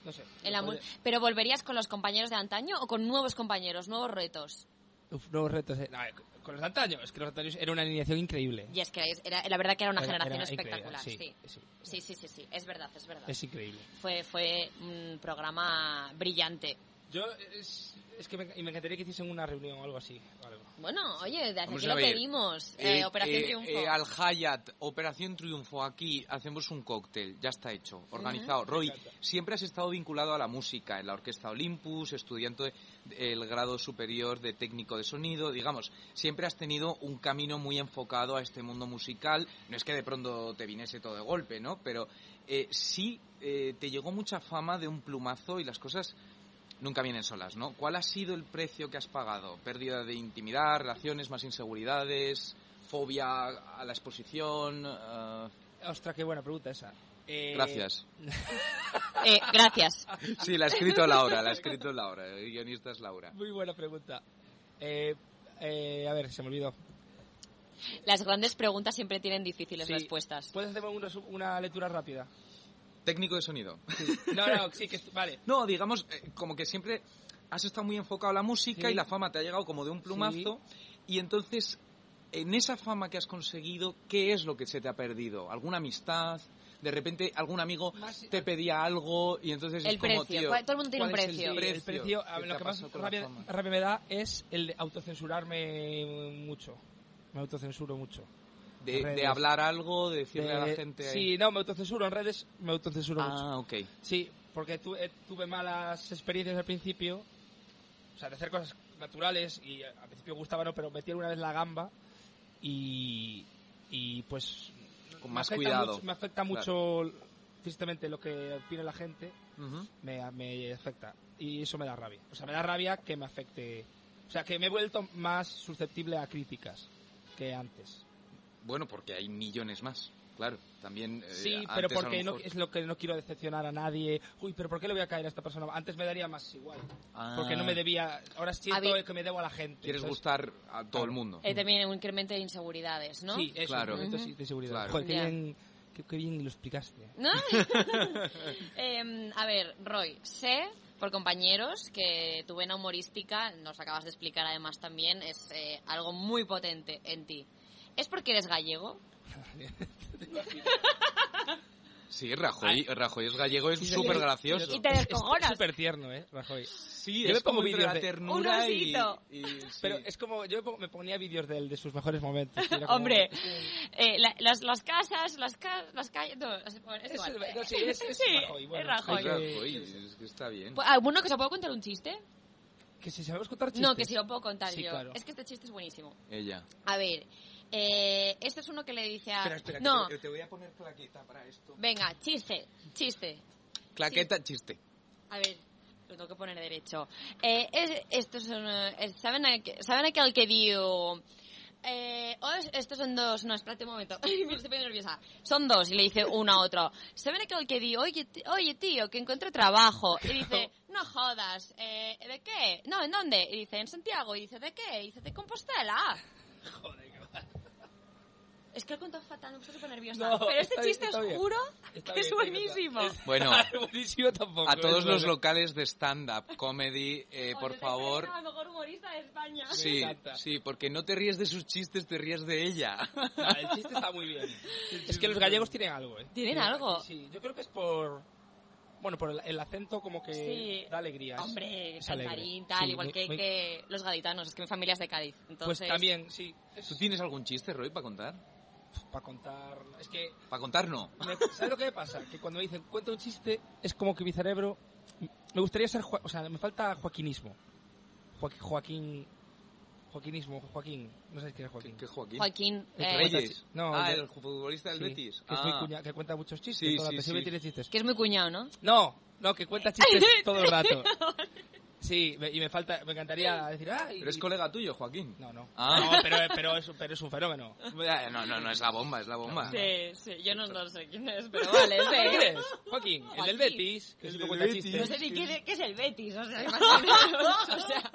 [SPEAKER 5] no sé
[SPEAKER 4] El amor.
[SPEAKER 5] podría-
[SPEAKER 4] Pero volverías con los compañeros de antaño o con nuevos compañeros, nuevos retos.
[SPEAKER 5] Uf, nuevos retos eh. No, eh, con los de antaño es que los de antaño era una alineación increíble
[SPEAKER 4] Y es que es- era, la verdad que era una
[SPEAKER 5] Era- era
[SPEAKER 4] generación
[SPEAKER 5] increíble,
[SPEAKER 4] espectacular, sí.
[SPEAKER 5] sí, sí.
[SPEAKER 4] Sí, sí, sí, sí, es verdad, es verdad.
[SPEAKER 5] es increíble
[SPEAKER 4] Fue, fue un programa brillante.
[SPEAKER 5] yo es, es que me, y me encantaría que hiciesen una reunión o algo así o algo.
[SPEAKER 4] Bueno, oye, desde
[SPEAKER 3] Vamos
[SPEAKER 4] aquí
[SPEAKER 3] a
[SPEAKER 4] lo
[SPEAKER 3] ver.
[SPEAKER 4] pedimos. Eh,
[SPEAKER 3] Eh,
[SPEAKER 4] Operación
[SPEAKER 3] eh,
[SPEAKER 4] Triunfo.
[SPEAKER 3] eh, al Hayat, Operación Triunfo, aquí hacemos un cóctel, ya está hecho, organizado. Roy, siempre has estado vinculado a la música, en la Orquesta Olympus, estudiante del grado superior de técnico de sonido, digamos, siempre has tenido un camino muy enfocado a este mundo musical. No es que de pronto te viniese todo de golpe, ¿no? Pero eh, sí eh, te llegó mucha fama de un plumazo y las cosas nunca vienen solas, ¿no? ¿Cuál ha sido el precio que has pagado? Pérdida de intimidad, relaciones, más inseguridades, fobia a la exposición. eh,
[SPEAKER 5] ostras qué buena pregunta esa Eh,
[SPEAKER 3] Gracias.
[SPEAKER 4] Eh, gracias.
[SPEAKER 3] Sí, la ha escrito Laura, la ha escrito Laura, el guionista es Laura.
[SPEAKER 5] muy buena pregunta Eh, eh, a ver se me olvidó
[SPEAKER 4] Las grandes preguntas siempre tienen difíciles
[SPEAKER 5] Sí,
[SPEAKER 4] respuestas.
[SPEAKER 5] puedes hacerme un resu- una lectura rápida
[SPEAKER 3] Técnico de sonido.
[SPEAKER 5] no no sí que vale
[SPEAKER 3] No, digamos, eh, como que siempre has estado muy enfocado a la música
[SPEAKER 5] Sí.
[SPEAKER 3] y la fama te ha llegado como de un plumazo. Y entonces, en esa fama que has conseguido, ¿qué es lo que se te ha perdido? ¿Alguna amistad? De repente algún amigo
[SPEAKER 5] Más-
[SPEAKER 3] te pedía algo y entonces es
[SPEAKER 4] El
[SPEAKER 3] como,
[SPEAKER 4] precio.
[SPEAKER 3] tío,
[SPEAKER 4] ¿Cuál- todo el mundo tiene un
[SPEAKER 3] ¿cuál es
[SPEAKER 4] precio?
[SPEAKER 5] Sí, el precio,
[SPEAKER 3] te
[SPEAKER 5] a- lo
[SPEAKER 3] ha
[SPEAKER 5] que más
[SPEAKER 3] pasado con la
[SPEAKER 5] rabia,
[SPEAKER 3] fama?
[SPEAKER 5] rabia me da es el de autocensurarme mucho. Me autocensuro mucho.
[SPEAKER 3] de, de
[SPEAKER 5] redes.
[SPEAKER 3] hablar algo, de decirle a la
[SPEAKER 5] Eh,
[SPEAKER 3] gente...
[SPEAKER 5] sí, no, me autocensuro en redes, me autocensuro mucho.
[SPEAKER 3] ah, ok.
[SPEAKER 5] Sí, porque tu- eh, tuve malas experiencias al principio, o sea, de hacer cosas naturales y eh, al principio gustaban, no, pero metí una vez la gamba y, y pues...
[SPEAKER 3] Con
[SPEAKER 5] me
[SPEAKER 3] más
[SPEAKER 5] afecta
[SPEAKER 3] cuidado.
[SPEAKER 5] mucho- me afecta mucho, tristemente, lo que opina la gente
[SPEAKER 3] Ujú.
[SPEAKER 5] me, me afecta. Y eso me da rabia. O sea, me da rabia que me afecte. O sea, que me he vuelto más susceptible a críticas que antes.
[SPEAKER 3] Bueno, porque hay millones más, claro. También... eh,
[SPEAKER 5] Sí,
[SPEAKER 3] antes
[SPEAKER 5] pero
[SPEAKER 3] a lo
[SPEAKER 5] porque no,
[SPEAKER 3] mejor-
[SPEAKER 5] es lo que no quiero decepcionar a nadie. Uy, pero ¿por qué le voy a caer a esta persona? Antes me daría más igual.
[SPEAKER 3] Ah.
[SPEAKER 5] Porque no me debía. Ahora siento
[SPEAKER 4] Había-
[SPEAKER 5] que me debo a la gente.
[SPEAKER 3] Quieres
[SPEAKER 5] ¿sabes?
[SPEAKER 3] gustar a todo
[SPEAKER 5] Ah.
[SPEAKER 3] el mundo.
[SPEAKER 4] Eh, también un incremento de inseguridades, ¿no?
[SPEAKER 5] Sí, eso,
[SPEAKER 3] Claro.
[SPEAKER 5] claro.
[SPEAKER 3] Ujú.
[SPEAKER 5] de seguridad.
[SPEAKER 3] Claro.
[SPEAKER 5] Joder, qué
[SPEAKER 4] Ya.
[SPEAKER 5] bien, qué- qué bien lo explicaste.
[SPEAKER 4] ¿No? Em, a ver, Roy, sé por compañeros que tu vena humorística, nos acabas de explicar además también, es eh, algo muy potente en ti. ¿Es porque eres gallego?
[SPEAKER 3] Sí, Rajoy, Rajoy es gallego, es súper gracioso.
[SPEAKER 4] Y te descojonas.
[SPEAKER 5] súper tierno, ¿eh? Rajoy.
[SPEAKER 3] Sí,
[SPEAKER 5] Yo me
[SPEAKER 3] es como
[SPEAKER 5] pongo
[SPEAKER 3] entre
[SPEAKER 5] vídeos
[SPEAKER 3] la
[SPEAKER 5] de-
[SPEAKER 3] ternura
[SPEAKER 4] Un
[SPEAKER 3] y,
[SPEAKER 4] osito.
[SPEAKER 3] y- sí.
[SPEAKER 5] Pero es como, yo me pongo- me ponía vídeos de él, de sus mejores momentos. y era como-
[SPEAKER 4] Hombre, eh, la- las, las casas, las, ca- las calles... No, es, es
[SPEAKER 5] Es-
[SPEAKER 4] igual.
[SPEAKER 5] no, sí, es- es
[SPEAKER 4] Sí,
[SPEAKER 5] Rajoy,
[SPEAKER 4] es
[SPEAKER 5] bueno,
[SPEAKER 3] Ay,
[SPEAKER 5] hay
[SPEAKER 4] Rajoy.
[SPEAKER 3] Rajoy, es que está bien.
[SPEAKER 4] Pues, ¿Alguno que se pueda contar un chiste?
[SPEAKER 5] Que si sabemos contar chistes.
[SPEAKER 4] No, que si lo puedo contar
[SPEAKER 5] Sí,
[SPEAKER 4] yo.
[SPEAKER 5] claro.
[SPEAKER 4] Es que este chiste es buenísimo.
[SPEAKER 3] Ella.
[SPEAKER 4] A ver, eh, este es uno que le dice a...
[SPEAKER 3] Espera, espera,
[SPEAKER 4] no,
[SPEAKER 3] que te, te voy a poner claqueta para esto.
[SPEAKER 4] venga, chiste, chiste.
[SPEAKER 3] Claqueta, chiste.
[SPEAKER 4] A ver, lo tengo que poner derecho. Eh, es- estos son, eh, eh, ¿saben, aqu- ¿Saben aquel que dio... Eh, os- estos son dos, no, espérate un momento, me estoy poniendo nerviosa. Son dos y le dice uno a otro. ¿Saben aquel que dio, oye, ti- oye tío, que encuentro trabajo? Y dice, no jodas, eh, ¿de qué? No, ¿en dónde? Y dice, en Santiago. Y dice, ¿de qué? Y dice, de Compostela. Es que lo he contado fatal, me puse súper nerviosa.
[SPEAKER 5] No,
[SPEAKER 4] Pero este
[SPEAKER 5] está bien,
[SPEAKER 4] chiste,
[SPEAKER 5] está
[SPEAKER 4] os
[SPEAKER 5] bien.
[SPEAKER 4] juro,
[SPEAKER 5] Está
[SPEAKER 4] que es
[SPEAKER 5] bien, está bien,
[SPEAKER 4] buenísimo.
[SPEAKER 3] Bueno,
[SPEAKER 5] Es buenísimo tampoco.
[SPEAKER 3] a todos
[SPEAKER 5] es
[SPEAKER 3] los
[SPEAKER 5] bueno.
[SPEAKER 3] locales de stand-up, comedy, eh, por favor.
[SPEAKER 4] la mejor humorista de España.
[SPEAKER 3] Sí,
[SPEAKER 5] encanta.
[SPEAKER 3] sí, porque no te ríes de sus chistes, te ríes de ella.
[SPEAKER 5] Ah, El chiste está muy bien. Es que los gallegos tienen algo, ¿eh?
[SPEAKER 4] Tienen algo.
[SPEAKER 5] Sí, yo creo que es por... Bueno, por el, el acento como que
[SPEAKER 4] Sí.
[SPEAKER 5] da alegría. es-
[SPEAKER 4] Hombre,
[SPEAKER 5] es alegre.
[SPEAKER 4] cantarín, tal,
[SPEAKER 5] Sí,
[SPEAKER 4] igual
[SPEAKER 5] muy-
[SPEAKER 4] que,
[SPEAKER 5] muy-
[SPEAKER 4] que los gaditanos, es que mi familia es de Cádiz.
[SPEAKER 5] Pues
[SPEAKER 4] Entonces,
[SPEAKER 5] también, sí.
[SPEAKER 3] ¿Tú tienes algún chiste, Roy, para contar?
[SPEAKER 5] Para contar... Es que
[SPEAKER 3] Para contar, no.
[SPEAKER 5] Me- ¿Sabes lo que me pasa? Que cuando me dicen cuenta un chiste, es como que mi cerebro. Me gustaría ser. Joa- O sea, me falta joaquinismo. Joaqu- Joaquín. Joaquinismo, Joaquín. No sé quién es
[SPEAKER 3] ¿Qué,
[SPEAKER 5] Joaquín.
[SPEAKER 3] qué Joaquín?
[SPEAKER 4] Joaquín,
[SPEAKER 5] El
[SPEAKER 4] eh,
[SPEAKER 5] rey.
[SPEAKER 3] Reyes.
[SPEAKER 5] No,
[SPEAKER 3] ah,
[SPEAKER 5] yo-
[SPEAKER 3] el futbolista del
[SPEAKER 5] Sí,
[SPEAKER 3] Betis.
[SPEAKER 5] Que, es muy
[SPEAKER 3] Ah.
[SPEAKER 5] cuña- que cuenta muchos chistes.
[SPEAKER 3] Sí,
[SPEAKER 5] toda la-
[SPEAKER 3] sí,
[SPEAKER 5] siempre
[SPEAKER 3] sí.
[SPEAKER 5] tiene chistes.
[SPEAKER 4] que es muy cuñado, ¿no?
[SPEAKER 5] No, no, que cuenta chistes todo el rato. Sí, me- y me falta. Me encantaría decir. Ah, y-
[SPEAKER 3] Pero es colega tuyo, Joaquín.
[SPEAKER 5] No, no.
[SPEAKER 3] Ah.
[SPEAKER 5] No, pero, pero, es, pero es un fenómeno.
[SPEAKER 3] Eh, No, no, no, es la bomba, es la bomba.
[SPEAKER 4] Sí, sí, yo no, no sé quién es, pero vale,
[SPEAKER 5] ¿Quién
[SPEAKER 4] sí.
[SPEAKER 5] es? Joaquín, el
[SPEAKER 4] Joaquín.
[SPEAKER 5] del Betis, que
[SPEAKER 3] El
[SPEAKER 5] siempre
[SPEAKER 3] del
[SPEAKER 5] cuenta
[SPEAKER 3] Betis.
[SPEAKER 5] chistes.
[SPEAKER 4] No sé ni quién es, qué es el Betis, o sea, imaginaos, o sea,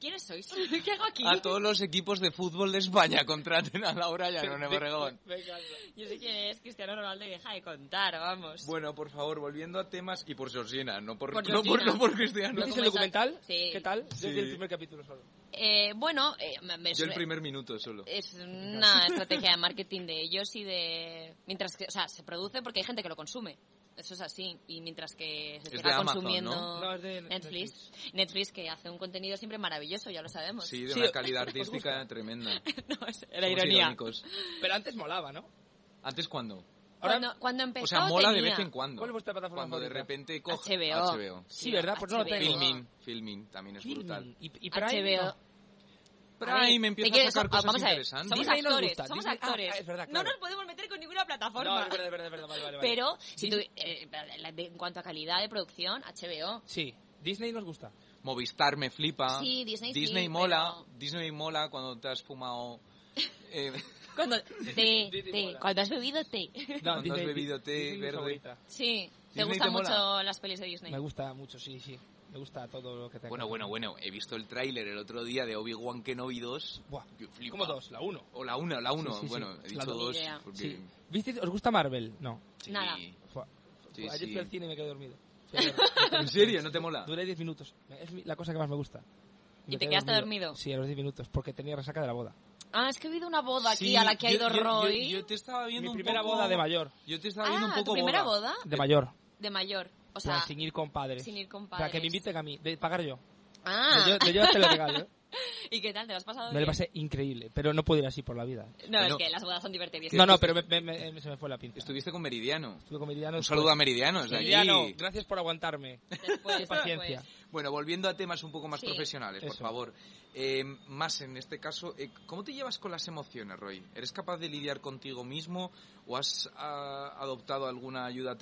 [SPEAKER 4] ¿quiénes sois? ¿Qué hago aquí?
[SPEAKER 3] A todos los equipos de fútbol de España contraten a Laura
[SPEAKER 5] Ve-
[SPEAKER 3] Llanone
[SPEAKER 5] ve-
[SPEAKER 3] Obregón.
[SPEAKER 5] ve- venga.
[SPEAKER 4] Yo sé quién es Cristiano Ronaldo y deja de contar, vamos.
[SPEAKER 3] Bueno, por favor, volviendo a temas y por Georgina, no por,
[SPEAKER 4] Por
[SPEAKER 3] no por,
[SPEAKER 4] Georgina.
[SPEAKER 3] no por Cristiano.
[SPEAKER 5] ¿No
[SPEAKER 4] Lo
[SPEAKER 5] viste el
[SPEAKER 4] comentan-
[SPEAKER 5] documental?
[SPEAKER 4] Sí.
[SPEAKER 5] ¿Qué tal?
[SPEAKER 3] Sí.
[SPEAKER 5] Yo vi el primer capítulo solo.
[SPEAKER 4] Eh, bueno, eh, me- me-
[SPEAKER 3] Yo el primer minuto solo.
[SPEAKER 4] es una estrategia de marketing de ellos y de mientras que o sea se produce porque hay gente que lo consume eso es así y mientras que se
[SPEAKER 3] Es
[SPEAKER 4] estará
[SPEAKER 3] de Amazon,
[SPEAKER 4] consumiendo
[SPEAKER 3] ¿no?
[SPEAKER 5] No, es de
[SPEAKER 4] Netflix Netflix que hace un contenido siempre maravilloso ya lo sabemos
[SPEAKER 3] Sí, de
[SPEAKER 5] Sí,
[SPEAKER 3] una calidad
[SPEAKER 5] ¿os gusta?
[SPEAKER 3] artística tremenda.
[SPEAKER 4] no, es la
[SPEAKER 3] Somos
[SPEAKER 4] ironía
[SPEAKER 3] irónicos.
[SPEAKER 5] Pero antes molaba, ¿no?
[SPEAKER 3] ¿Antes cuándo?
[SPEAKER 4] cuando, cuando empezó
[SPEAKER 3] O sea, mola de
[SPEAKER 4] tenía-
[SPEAKER 3] vez en cuando.
[SPEAKER 5] ¿Cuál es vuestra plataforma
[SPEAKER 3] Cuando de
[SPEAKER 5] favorita?
[SPEAKER 3] repente coge...
[SPEAKER 4] HBO.
[SPEAKER 5] Sí, ¿verdad? Pues no lo
[SPEAKER 4] HBO.
[SPEAKER 5] tengo. Ah,
[SPEAKER 3] Filming, Ah, filming, también es
[SPEAKER 5] Filmin.
[SPEAKER 3] brutal.
[SPEAKER 5] ¿Y, y Prime?
[SPEAKER 4] HBO.
[SPEAKER 5] no.
[SPEAKER 4] A ver,
[SPEAKER 3] Prime
[SPEAKER 4] me
[SPEAKER 3] empieza
[SPEAKER 4] quiero-
[SPEAKER 3] a sacar
[SPEAKER 4] so-
[SPEAKER 3] cosas
[SPEAKER 4] vamos a ver,
[SPEAKER 3] interesantes.
[SPEAKER 4] somos
[SPEAKER 5] Disney nos
[SPEAKER 4] actores
[SPEAKER 5] gusta,
[SPEAKER 4] somos
[SPEAKER 5] Disney- ah,
[SPEAKER 4] actores
[SPEAKER 5] es verdad,
[SPEAKER 4] no
[SPEAKER 5] claro.
[SPEAKER 4] nos podemos meter con ninguna plataforma
[SPEAKER 5] No, es verdad, es verdad, es verdad. Vale, vale, vale.
[SPEAKER 4] pero si tú,
[SPEAKER 5] Disney-
[SPEAKER 4] eh, la- de- en cuanto a calidad de producción HBO
[SPEAKER 5] Sí, Disney nos gusta.
[SPEAKER 3] Movistar me flipa.
[SPEAKER 4] Sí, Disney sí,
[SPEAKER 3] Disney mola.
[SPEAKER 4] pero-
[SPEAKER 3] Disney mola cuando te has fumado... eh,
[SPEAKER 4] cuando té,
[SPEAKER 5] Disney
[SPEAKER 4] té,
[SPEAKER 5] mola.
[SPEAKER 4] cuando has bebido té
[SPEAKER 3] Cuando has bebido té
[SPEAKER 5] Disney es mi
[SPEAKER 3] verde.
[SPEAKER 5] favorita.
[SPEAKER 4] Sí, te
[SPEAKER 3] Disney
[SPEAKER 4] gustan
[SPEAKER 3] te mola.
[SPEAKER 4] mucho las pelis de Disney.
[SPEAKER 5] Me gusta mucho, sí, sí. Me gusta todo lo que tenga.
[SPEAKER 3] Bueno, bueno, bueno. He visto el tráiler el otro día de Obi-Wan Kenobi 2.
[SPEAKER 5] Buah,
[SPEAKER 3] Yo flipo.
[SPEAKER 5] como dos, la uno.
[SPEAKER 3] O la una, la uno.
[SPEAKER 5] Sí, sí, sí.
[SPEAKER 3] bueno, he
[SPEAKER 5] La
[SPEAKER 3] dicho
[SPEAKER 5] dos.
[SPEAKER 3] dos.
[SPEAKER 4] Idea.
[SPEAKER 3] Porque...
[SPEAKER 5] Sí. ¿Viste? ¿Os gusta Marvel? No.
[SPEAKER 3] Sí.
[SPEAKER 4] Nada.
[SPEAKER 5] Fua-
[SPEAKER 3] Sí,
[SPEAKER 5] Ayer
[SPEAKER 3] sí.
[SPEAKER 5] fui al cine y me quedé dormido. Fui a ver-
[SPEAKER 3] ¿En serio? ¿No te mola?
[SPEAKER 5] Duré 10 minutos. Es mi- la cosa que más me gusta.
[SPEAKER 4] ¿Y
[SPEAKER 5] Me
[SPEAKER 4] te
[SPEAKER 5] quedé
[SPEAKER 4] quedaste dormido?
[SPEAKER 5] Sí, a los 10 minutos, porque tenía resaca de la boda.
[SPEAKER 4] Ah, es que he habido una boda aquí
[SPEAKER 3] Sí,
[SPEAKER 4] a la que ha
[SPEAKER 3] yo-
[SPEAKER 4] ido
[SPEAKER 3] yo- yo-
[SPEAKER 4] Roy.
[SPEAKER 3] Yo, te estaba viendo
[SPEAKER 5] Mi
[SPEAKER 3] un
[SPEAKER 5] primera
[SPEAKER 3] poco-
[SPEAKER 5] boda de mayor.
[SPEAKER 3] Yo te estaba viendo
[SPEAKER 4] ah,
[SPEAKER 3] un
[SPEAKER 4] ¿tu
[SPEAKER 3] poco
[SPEAKER 4] primera boda?
[SPEAKER 5] De mayor.
[SPEAKER 4] De mayor. O
[SPEAKER 5] O sea,
[SPEAKER 4] sea,
[SPEAKER 5] sin ir con padres.
[SPEAKER 4] sin ir con
[SPEAKER 5] O sea, que
[SPEAKER 4] padres.
[SPEAKER 5] me inviten a mí, de pagar yo.
[SPEAKER 4] ah.
[SPEAKER 5] De yo, de yo te lo regalo. ¿eh?
[SPEAKER 4] ¿Y qué tal? ¿Te lo has pasado
[SPEAKER 5] Me lo
[SPEAKER 4] bien?
[SPEAKER 5] pasé increíble, pero no puedo ir así por la vida.
[SPEAKER 4] No,
[SPEAKER 3] Bueno.
[SPEAKER 4] es que las bodas son divertidas.
[SPEAKER 5] No, no, pero me- me- me- se me fue la pinta.
[SPEAKER 3] Estuviste con Meridiano.
[SPEAKER 5] Estuve con Meridiano.
[SPEAKER 3] Un saludo a
[SPEAKER 5] después.
[SPEAKER 3] Meridiano, desde
[SPEAKER 5] Meridiano,
[SPEAKER 3] aquí.
[SPEAKER 5] gracias por aguantarme.
[SPEAKER 4] Después,
[SPEAKER 5] Qué paciencia.
[SPEAKER 4] después.
[SPEAKER 3] Bueno, volviendo a temas un poco más
[SPEAKER 4] Sí.
[SPEAKER 3] profesionales, por
[SPEAKER 5] Eso.
[SPEAKER 3] favor. Eh, más en este caso, eh, ¿cómo te llevas con las emociones, Roy? ¿Eres capaz de lidiar contigo mismo o has ah, adoptado alguna ayuda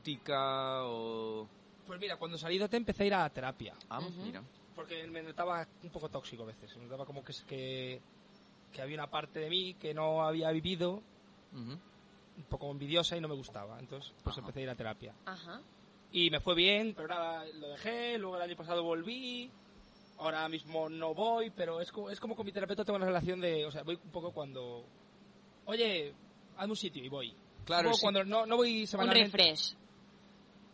[SPEAKER 3] terapéutica o...?
[SPEAKER 5] Pues mira, cuando salí de OT empecé a ir a terapia.
[SPEAKER 3] Ah,
[SPEAKER 4] Ujú.
[SPEAKER 3] mira.
[SPEAKER 5] Porque me notaba un poco tóxico a veces. Me notaba como que, es que, que había una parte de mí que no había vivido,
[SPEAKER 3] Ujú.
[SPEAKER 5] un poco envidiosa y no me gustaba. Entonces, pues
[SPEAKER 3] Ajá.
[SPEAKER 5] empecé a ir a terapia.
[SPEAKER 4] Ajá.
[SPEAKER 5] Y me fue bien, pero nada, lo dejé, luego el año pasado volví, ahora mismo no voy, pero es como, es como con mi terapeuta tengo una relación de, o sea, voy un poco cuando, oye, hazme un sitio y voy.
[SPEAKER 3] Claro,
[SPEAKER 5] Luego
[SPEAKER 3] sí.
[SPEAKER 5] cuando no, no voy
[SPEAKER 4] Un
[SPEAKER 5] semanalmente.
[SPEAKER 4] refresh.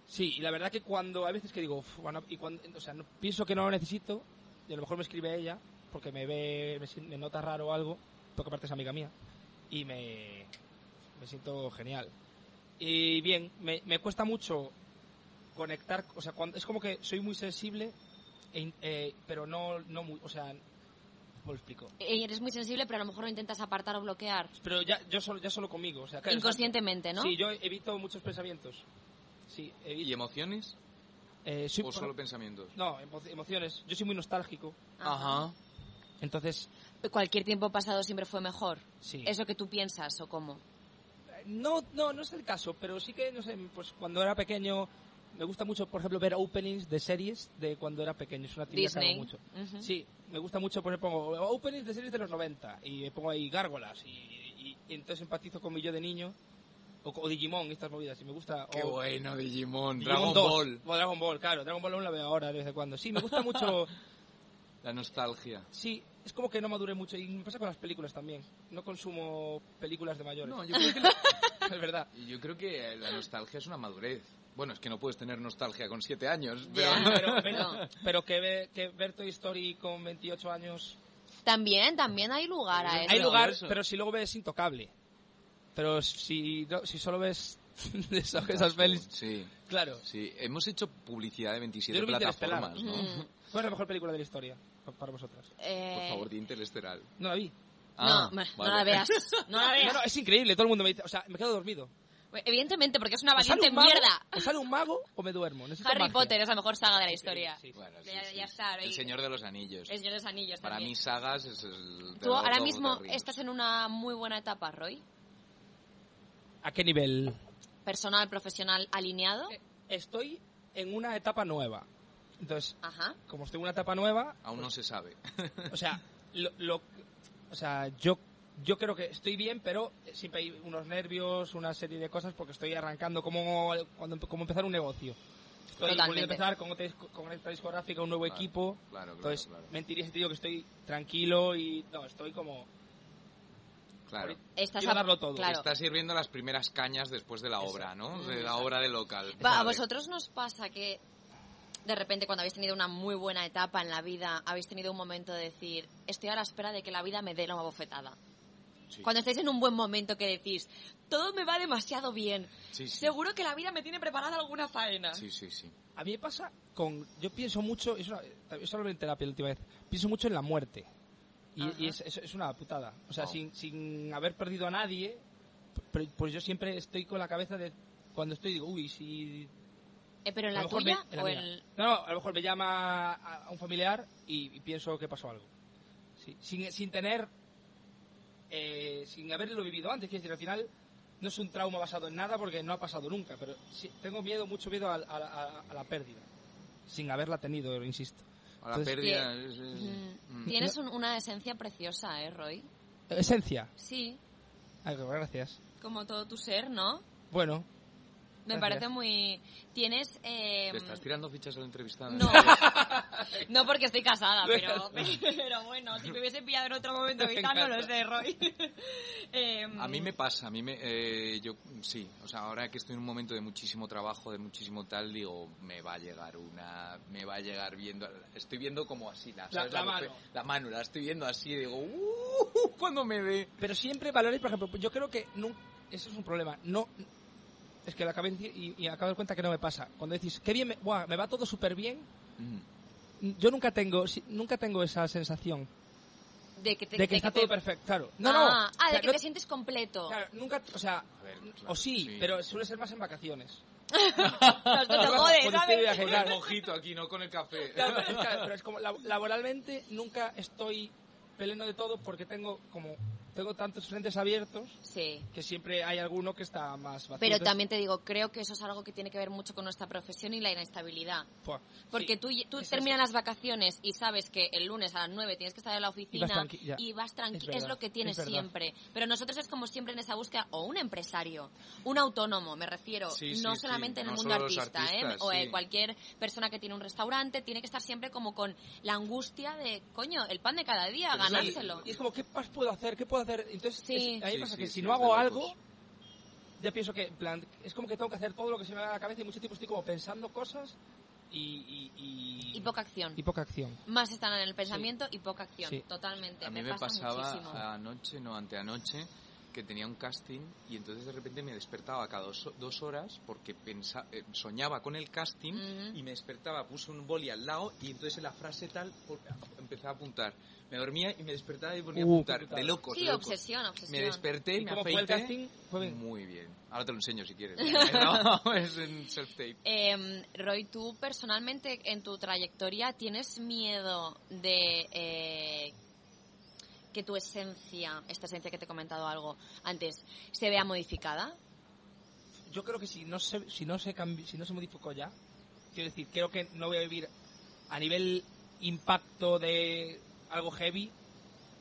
[SPEAKER 5] Sí, y la verdad que cuando, hay veces que digo, "Uf, bueno, y cuando, o sea, no- pienso que no lo necesito, y a lo mejor me escribe ella, porque me ve, me, sien- me nota raro o algo, porque aparte es amiga mía, y me, me siento genial. Y bien, me, me cuesta mucho conectar, o sea, cuando, es como que soy muy sensible, e in- eh, pero no, no muy, o sea, ¿cómo lo explico?
[SPEAKER 4] Eh, Eres muy sensible, pero a lo mejor lo intentas apartar o bloquear.
[SPEAKER 5] Pero ya, yo solo, ya solo conmigo, o sea, claro,
[SPEAKER 4] Inconscientemente, ¿no?
[SPEAKER 5] Sí, yo evito muchos pensamientos. Sí,
[SPEAKER 3] ¿Y
[SPEAKER 5] evito.
[SPEAKER 3] emociones
[SPEAKER 5] Eh, soy-
[SPEAKER 3] o solo pensamientos?
[SPEAKER 5] No, emo- emociones. Yo soy muy nostálgico.
[SPEAKER 3] Ajá.
[SPEAKER 5] Entonces,
[SPEAKER 4] Cualquier tiempo pasado siempre fue mejor.
[SPEAKER 5] Sí.
[SPEAKER 4] ¿Es lo que tú piensas o cómo?
[SPEAKER 5] No, no, no es el caso, pero sí que, no sé, pues cuando era pequeño, me gusta mucho, por ejemplo, ver openings de series de cuando era pequeño. Es una actividad que hago
[SPEAKER 4] Disney.
[SPEAKER 5] mucho.
[SPEAKER 4] Ujú.
[SPEAKER 5] Sí, me gusta mucho, por ejemplo, pongo openings de series de los 90 y me pongo ahí gárgolas y, y- y entonces empatizo con mi yo de niño. O, o Digimon, y estas movidas, y me gusta.
[SPEAKER 3] Qué
[SPEAKER 5] o-
[SPEAKER 3] bueno, Oh. Digimon.
[SPEAKER 5] Digimon
[SPEAKER 3] Dragon
[SPEAKER 5] 2.
[SPEAKER 3] Ball.
[SPEAKER 5] O Dragon Ball, claro. Dragon Ball aún la veo ahora de vez en cuando. Sí, me gusta mucho.
[SPEAKER 3] La nostalgia.
[SPEAKER 5] sí, es como que no madure mucho. Y me pasa con las películas también. No consumo películas de mayores.
[SPEAKER 3] No, yo creo que la,
[SPEAKER 5] es verdad.
[SPEAKER 3] yo creo que la nostalgia es una madurez. Bueno, es que no puedes tener nostalgia con siete años, pero...
[SPEAKER 4] Ya.
[SPEAKER 5] pero, pero-
[SPEAKER 4] No.
[SPEAKER 5] pero que, ve- que ver Toy Story con 28 años.
[SPEAKER 4] También, también hay lugar a Eh, eso.
[SPEAKER 5] Hay lugar,
[SPEAKER 3] eso.
[SPEAKER 5] pero si luego ves Intocable. Pero si, no- si solo ves eso- esas
[SPEAKER 3] Fantástico,
[SPEAKER 5] pelis.
[SPEAKER 3] Sí,
[SPEAKER 5] Claro.
[SPEAKER 3] sí. Hemos hecho publicidad de
[SPEAKER 5] Yo
[SPEAKER 3] 27
[SPEAKER 5] creo que
[SPEAKER 3] plataformas, ¿no?
[SPEAKER 4] Mm,
[SPEAKER 5] ¿Cuál es la mejor película de la historia pa- para vosotras?
[SPEAKER 4] eh,
[SPEAKER 3] Por favor, di Interesteral.
[SPEAKER 5] No la vi.
[SPEAKER 3] Mm. Ah,
[SPEAKER 4] no, ma- no
[SPEAKER 3] vale.
[SPEAKER 4] la veas. No la
[SPEAKER 5] No,
[SPEAKER 4] veas.
[SPEAKER 5] no, es increíble. Todo el mundo me dice. O sea, me quedo dormido.
[SPEAKER 4] Evidentemente, porque es una
[SPEAKER 5] O
[SPEAKER 3] Pues
[SPEAKER 5] sale
[SPEAKER 4] valiente
[SPEAKER 5] un mago-
[SPEAKER 4] mierda.
[SPEAKER 5] O sale un mago o me duermo. Necesito
[SPEAKER 4] Harry
[SPEAKER 5] magia.
[SPEAKER 4] Potter es la mejor saga de la historia.
[SPEAKER 5] Sí, sí.
[SPEAKER 3] Bueno, sí,
[SPEAKER 4] Ya-
[SPEAKER 3] sí.
[SPEAKER 4] ya está, ahí-
[SPEAKER 3] El Señor de los Anillos.
[SPEAKER 4] El Señor de los Anillos
[SPEAKER 3] Para
[SPEAKER 4] también.
[SPEAKER 3] mí, sagas es el...
[SPEAKER 4] Tú ahora
[SPEAKER 3] todo
[SPEAKER 4] mismo
[SPEAKER 3] terrible.
[SPEAKER 4] estás en una muy buena etapa, Roy.
[SPEAKER 5] ¿A qué nivel?
[SPEAKER 4] Personal, profesional, alineado.
[SPEAKER 3] Eh.
[SPEAKER 5] Estoy en una etapa nueva. Entonces,
[SPEAKER 4] Ajá.
[SPEAKER 5] como estoy en una etapa nueva,
[SPEAKER 3] Aún no se sabe.
[SPEAKER 5] O sea, lo, lo- o sea, yo yo creo que estoy bien, pero siempre hay unos nervios, una serie de cosas porque estoy arrancando como cuando como empezar un negocio. Estoy
[SPEAKER 4] Totalmente.
[SPEAKER 5] volviendo a empezar con otra, disco- con otra discográfica, un nuevo
[SPEAKER 3] Claro,
[SPEAKER 5] equipo.
[SPEAKER 3] claro, claro,
[SPEAKER 5] Entonces,
[SPEAKER 3] claro.
[SPEAKER 5] mentiría si te digo que estoy tranquilo y no, estoy como
[SPEAKER 3] Claro.
[SPEAKER 4] Estás
[SPEAKER 5] quiero
[SPEAKER 4] a-
[SPEAKER 5] darlo todo.
[SPEAKER 4] claro. Mm.
[SPEAKER 3] Estás sirviendo las primeras cañas después de la obra, ¿no? De la obra de local.
[SPEAKER 4] Va,
[SPEAKER 3] Vale.
[SPEAKER 4] ¿A vosotros nos pasa que de repente cuando habéis tenido una muy buena etapa en la vida, habéis tenido un momento de decir, estoy a la espera de que la vida me dé la bofetada?
[SPEAKER 3] Sí.
[SPEAKER 4] Cuando estáis en un buen momento que decís, todo me va demasiado bien,
[SPEAKER 3] Sí, sí.
[SPEAKER 4] seguro que la vida me tiene preparada alguna faena.
[SPEAKER 3] Sí, sí, sí.
[SPEAKER 5] A mí me pasa con. Yo pienso mucho. Eso, eso lo hablé en terapia la última vez. Pienso mucho en la muerte. Y,
[SPEAKER 4] Ajá.
[SPEAKER 5] y es, es- es una putada. O sea,
[SPEAKER 3] Wow.
[SPEAKER 5] sin, sin haber perdido a nadie, pero- pues yo siempre estoy con la cabeza de. Cuando estoy, digo, uy, si.
[SPEAKER 4] Eh, pero en
[SPEAKER 5] a
[SPEAKER 4] la
[SPEAKER 5] lo mejor
[SPEAKER 4] tuya
[SPEAKER 5] me- en la
[SPEAKER 4] o
[SPEAKER 5] mía.
[SPEAKER 4] en...
[SPEAKER 5] No, no, a lo mejor me llama a, a un familiar y, y pienso que pasó algo. Sí, sin, sin tener. eh, sin haberlo vivido antes. Quiero decir, al final. No es un trauma basado en nada porque no ha pasado nunca, pero sí- tengo miedo, mucho miedo al- a la- a- a la pérdida sin haberla tenido, insisto.
[SPEAKER 3] A la
[SPEAKER 5] Entonces-
[SPEAKER 3] pérdida.
[SPEAKER 4] Bien.
[SPEAKER 3] es- es-
[SPEAKER 4] Mm,
[SPEAKER 3] mm.
[SPEAKER 4] Tienes un- una esencia preciosa, ¿eh, Roy?
[SPEAKER 5] Esencia.
[SPEAKER 4] Sí,
[SPEAKER 5] Ah, gracias.
[SPEAKER 4] como todo tu ser, ¿no?
[SPEAKER 5] Bueno,
[SPEAKER 4] Me
[SPEAKER 5] Gracias.
[SPEAKER 4] parece muy... Tienes... eh,
[SPEAKER 3] ¿Te estás tirando fichas al entrevistado?
[SPEAKER 4] No. No porque estoy casada, pero, pero bueno, si me hubiese pillado en otro momento vital, no lo sé, Roy. Em,
[SPEAKER 3] A mí me pasa, a mí me. eh, yo, sí, o sea, ahora que estoy en un momento de muchísimo trabajo, de muchísimo tal, digo, me va a llegar una. Me va a llegar viendo. Estoy viendo como así la. ¿sabes?
[SPEAKER 5] la
[SPEAKER 3] bofe-
[SPEAKER 5] mano.
[SPEAKER 3] La mano, la estoy viendo así, digo, ¡uh! Cuando me dé.
[SPEAKER 5] pero siempre valores, por ejemplo, yo creo que no, eso es un problema. No, es que lo acabé de decir y, y acabo de dar cuenta que no me pasa. Cuando decís, qué bien, me, buah, me va todo súper bien,
[SPEAKER 3] Mm.
[SPEAKER 5] yo nunca tengo, si- nunca tengo esa sensación
[SPEAKER 4] De que, te,
[SPEAKER 5] de que
[SPEAKER 4] de
[SPEAKER 5] está
[SPEAKER 4] que te-
[SPEAKER 5] todo perfecto. Claro, no, no.
[SPEAKER 4] ah, ah,
[SPEAKER 5] o sea,
[SPEAKER 4] de que
[SPEAKER 5] no-
[SPEAKER 4] te sientes completo.
[SPEAKER 5] claro, nunca, o sea,
[SPEAKER 3] ver,
[SPEAKER 5] o
[SPEAKER 3] claro,
[SPEAKER 5] sí,
[SPEAKER 3] sí.
[SPEAKER 5] pero suele ser más en vacaciones.
[SPEAKER 4] No, no te
[SPEAKER 5] Cuando
[SPEAKER 4] jodes,
[SPEAKER 5] estoy
[SPEAKER 4] ¿sabes?
[SPEAKER 5] de viaje,
[SPEAKER 3] Con el
[SPEAKER 5] claro.
[SPEAKER 3] mojito aquí, no con el café.
[SPEAKER 5] Claro, pero, es, claro, pero es como lab- laboralmente nunca estoy pleno de todo porque tengo como tengo tantos frentes abiertos
[SPEAKER 4] Sí.
[SPEAKER 5] que siempre hay alguno que está más vacío.
[SPEAKER 4] Pero
[SPEAKER 5] Entonces,
[SPEAKER 4] también te digo, creo que eso es algo que tiene que ver mucho con nuestra profesión y la inestabilidad.
[SPEAKER 5] Buah,
[SPEAKER 4] Porque
[SPEAKER 5] sí,
[SPEAKER 4] tú, tú
[SPEAKER 5] es
[SPEAKER 4] terminas
[SPEAKER 5] eso.
[SPEAKER 4] las vacaciones y sabes que el lunes a las 9 tienes que estar en la oficina
[SPEAKER 5] Y vas tranqui- ya.
[SPEAKER 4] y vas tranqui-
[SPEAKER 5] Es
[SPEAKER 4] Es,
[SPEAKER 5] verdad,
[SPEAKER 4] lo que tienes
[SPEAKER 5] es verdad.
[SPEAKER 4] siempre. Pero nosotros es como siempre en esa búsqueda, o un empresario, un autónomo, me refiero,
[SPEAKER 3] Sí, sí,
[SPEAKER 4] no
[SPEAKER 3] sí,
[SPEAKER 4] solamente en el
[SPEAKER 3] no
[SPEAKER 4] mundo
[SPEAKER 3] solo los
[SPEAKER 4] artista, ¿eh?
[SPEAKER 3] artistas,
[SPEAKER 4] o eh,
[SPEAKER 3] sí.
[SPEAKER 4] cualquier persona que tiene un restaurante, tiene que estar siempre como con la angustia de, coño, el pan de cada día,
[SPEAKER 3] Pero eso-
[SPEAKER 4] ganárselo.
[SPEAKER 5] Y es como, ¿qué más puedo hacer? ¿Qué puedo hacer? Entonces,
[SPEAKER 4] Sí.
[SPEAKER 5] es- a mí
[SPEAKER 3] Sí,
[SPEAKER 5] pasa
[SPEAKER 3] sí,
[SPEAKER 5] que
[SPEAKER 3] sí,
[SPEAKER 5] si
[SPEAKER 3] es
[SPEAKER 5] no
[SPEAKER 3] de
[SPEAKER 5] hago
[SPEAKER 3] locos.
[SPEAKER 5] algo, ya pienso que, en plan, es como que tengo que hacer todo lo que se me da a la cabeza y mucho tiempo estoy como pensando cosas y... Y,
[SPEAKER 4] Y poca acción.
[SPEAKER 5] y poca acción.
[SPEAKER 4] Más están en el pensamiento y poca acción,
[SPEAKER 5] Sí.
[SPEAKER 4] totalmente.
[SPEAKER 3] A mí me,
[SPEAKER 4] pasa
[SPEAKER 3] pasaba
[SPEAKER 4] muchísimo.
[SPEAKER 3] anoche, no anteanoche, que tenía un casting y entonces de repente me despertaba cada dos, dos horas porque pensa- eh, soñaba con el casting
[SPEAKER 4] Ujú.
[SPEAKER 3] y me despertaba, puse un boli al lado y entonces en la frase tal por- empezaba a apuntar. Me dormía y me despertaba y ponía a
[SPEAKER 5] Uh, qué
[SPEAKER 3] apuntar.
[SPEAKER 5] putada.
[SPEAKER 3] De locos,
[SPEAKER 4] Sí,
[SPEAKER 3] de locos.
[SPEAKER 4] obsesión,
[SPEAKER 3] Me
[SPEAKER 4] obsesión.
[SPEAKER 3] desperté,
[SPEAKER 5] ¿Y
[SPEAKER 3] me
[SPEAKER 5] cómo fue el
[SPEAKER 3] afeité.
[SPEAKER 5] casting? Fue bien.
[SPEAKER 3] Muy bien. Ahora te lo enseño si quieres. No, es en self-tape.
[SPEAKER 4] Em, Roy, tú personalmente en tu trayectoria tienes miedo de eh, que tu esencia, esta esencia que te he comentado algo antes, se vea modificada.
[SPEAKER 5] Yo creo que si no se, si no se cambi- si no se modificó ya, quiero decir, creo que no voy a vivir a nivel impacto de algo heavy.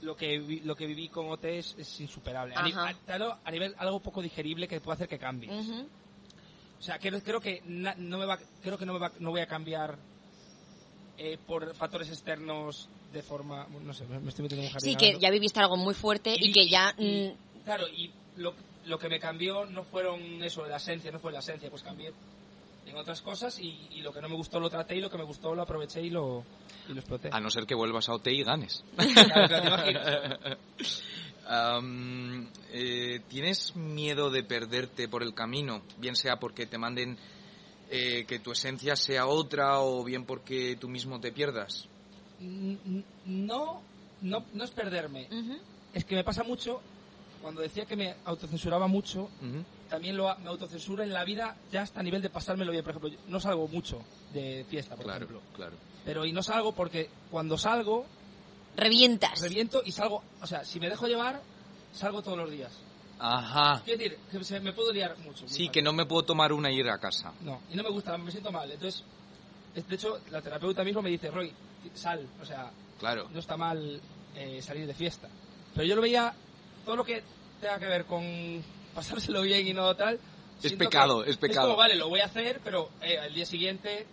[SPEAKER 5] Lo que, vi- lo que viví con OT es, es insuperable. A, ni-
[SPEAKER 4] Ajá.
[SPEAKER 5] a- claro, a nivel algo poco digerible que pueda hacer que cambie.
[SPEAKER 4] Ujú.
[SPEAKER 5] O sea, creo, creo que na- no me va, creo que no me va- no voy a cambiar eh, por factores externos de forma, no sé, me me estoy metiendo en un jardín.
[SPEAKER 4] Sí, que
[SPEAKER 5] ahora,
[SPEAKER 4] ya viviste algo muy fuerte y, que ya...
[SPEAKER 5] y-
[SPEAKER 4] mm,
[SPEAKER 5] claro, y lo, lo que me cambió no fueron eso, la esencia, no fue la esencia, pues cambié en otras cosas y, y lo que no me gustó lo traté y lo que me gustó lo aproveché y lo, y lo exploté.
[SPEAKER 3] A no ser que vuelvas a OT y ganes.
[SPEAKER 5] Claro, claro, te imaginas.
[SPEAKER 3] Am, eh, ¿Tienes miedo de perderte por el camino? Bien sea porque te manden eh, que tu esencia sea otra o bien porque tú mismo te pierdas.
[SPEAKER 5] N- n- no, no, no es perderme.
[SPEAKER 4] mm, ujú.
[SPEAKER 5] Es que me pasa mucho, cuando decía que me autocensuraba mucho, también lo, me autocensuro en la vida ya hasta a nivel de pasármelo bien. Por ejemplo, yo no salgo mucho de fiesta, por ejemplo.
[SPEAKER 3] claro.
[SPEAKER 5] Pero y no salgo porque cuando salgo,
[SPEAKER 4] Revientas.
[SPEAKER 5] reviento y salgo... O sea, si me dejo llevar, salgo todos los días.
[SPEAKER 3] Ajá.
[SPEAKER 5] Quiero decir, que se- me puedo liar mucho. muy
[SPEAKER 3] Sí,
[SPEAKER 5] fácil.
[SPEAKER 3] que no me puedo tomar una y ir a casa.
[SPEAKER 5] No, y no me gusta, me siento mal. Entonces, es- de hecho, la terapeuta mismo me dice, Roy, sal. O sea,
[SPEAKER 3] Claro.
[SPEAKER 5] no está mal eh, salir de fiesta. Pero yo lo veía, todo lo que tenga que ver con pasárselo bien y no tal.
[SPEAKER 3] Es
[SPEAKER 5] siento
[SPEAKER 3] pecado,
[SPEAKER 5] que
[SPEAKER 3] es pecado.
[SPEAKER 5] como, vale, lo voy a hacer, pero eh, al día siguiente.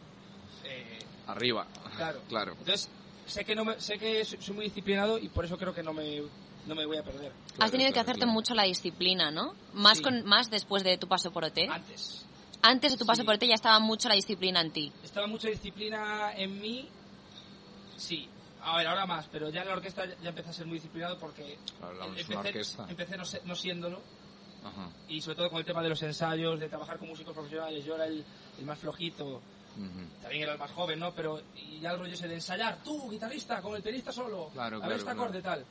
[SPEAKER 5] eh,
[SPEAKER 3] Arriba.
[SPEAKER 5] claro.
[SPEAKER 3] Claro.
[SPEAKER 5] Entonces, sé que, no me- sé que soy soy muy disciplinado y por eso creo que no me, no me voy a perder.
[SPEAKER 4] Has tenido que
[SPEAKER 3] claro,
[SPEAKER 4] hacerte
[SPEAKER 3] claro.
[SPEAKER 4] mucho la disciplina, ¿no? Más,
[SPEAKER 5] Sí.
[SPEAKER 4] con, más después de tu paso por OT.
[SPEAKER 5] Antes,
[SPEAKER 4] Antes de tu paso
[SPEAKER 5] sí.
[SPEAKER 4] por OT ya estaba mucho la disciplina en ti.
[SPEAKER 5] estaba mucha disciplina en mí. Sí. A ver, ahora más, pero ya en la orquesta ya ya empecé a ser muy disciplinado porque em,
[SPEAKER 3] Claro, la
[SPEAKER 5] empecé,
[SPEAKER 3] una orquesta.
[SPEAKER 5] empecé no, se- no siéndolo.
[SPEAKER 3] Ajá.
[SPEAKER 5] y sobre todo con el tema de los ensayos, de trabajar con músicos profesionales. Yo era el, el más flojito,
[SPEAKER 3] Ujú.
[SPEAKER 5] también era el más joven, ¿no? Pero y ya el rollo ese de ensayar, tú, guitarrista, con el pianista solo,
[SPEAKER 3] Claro,
[SPEAKER 5] a
[SPEAKER 3] claro,
[SPEAKER 5] ver este
[SPEAKER 3] claro.
[SPEAKER 5] acorde tal.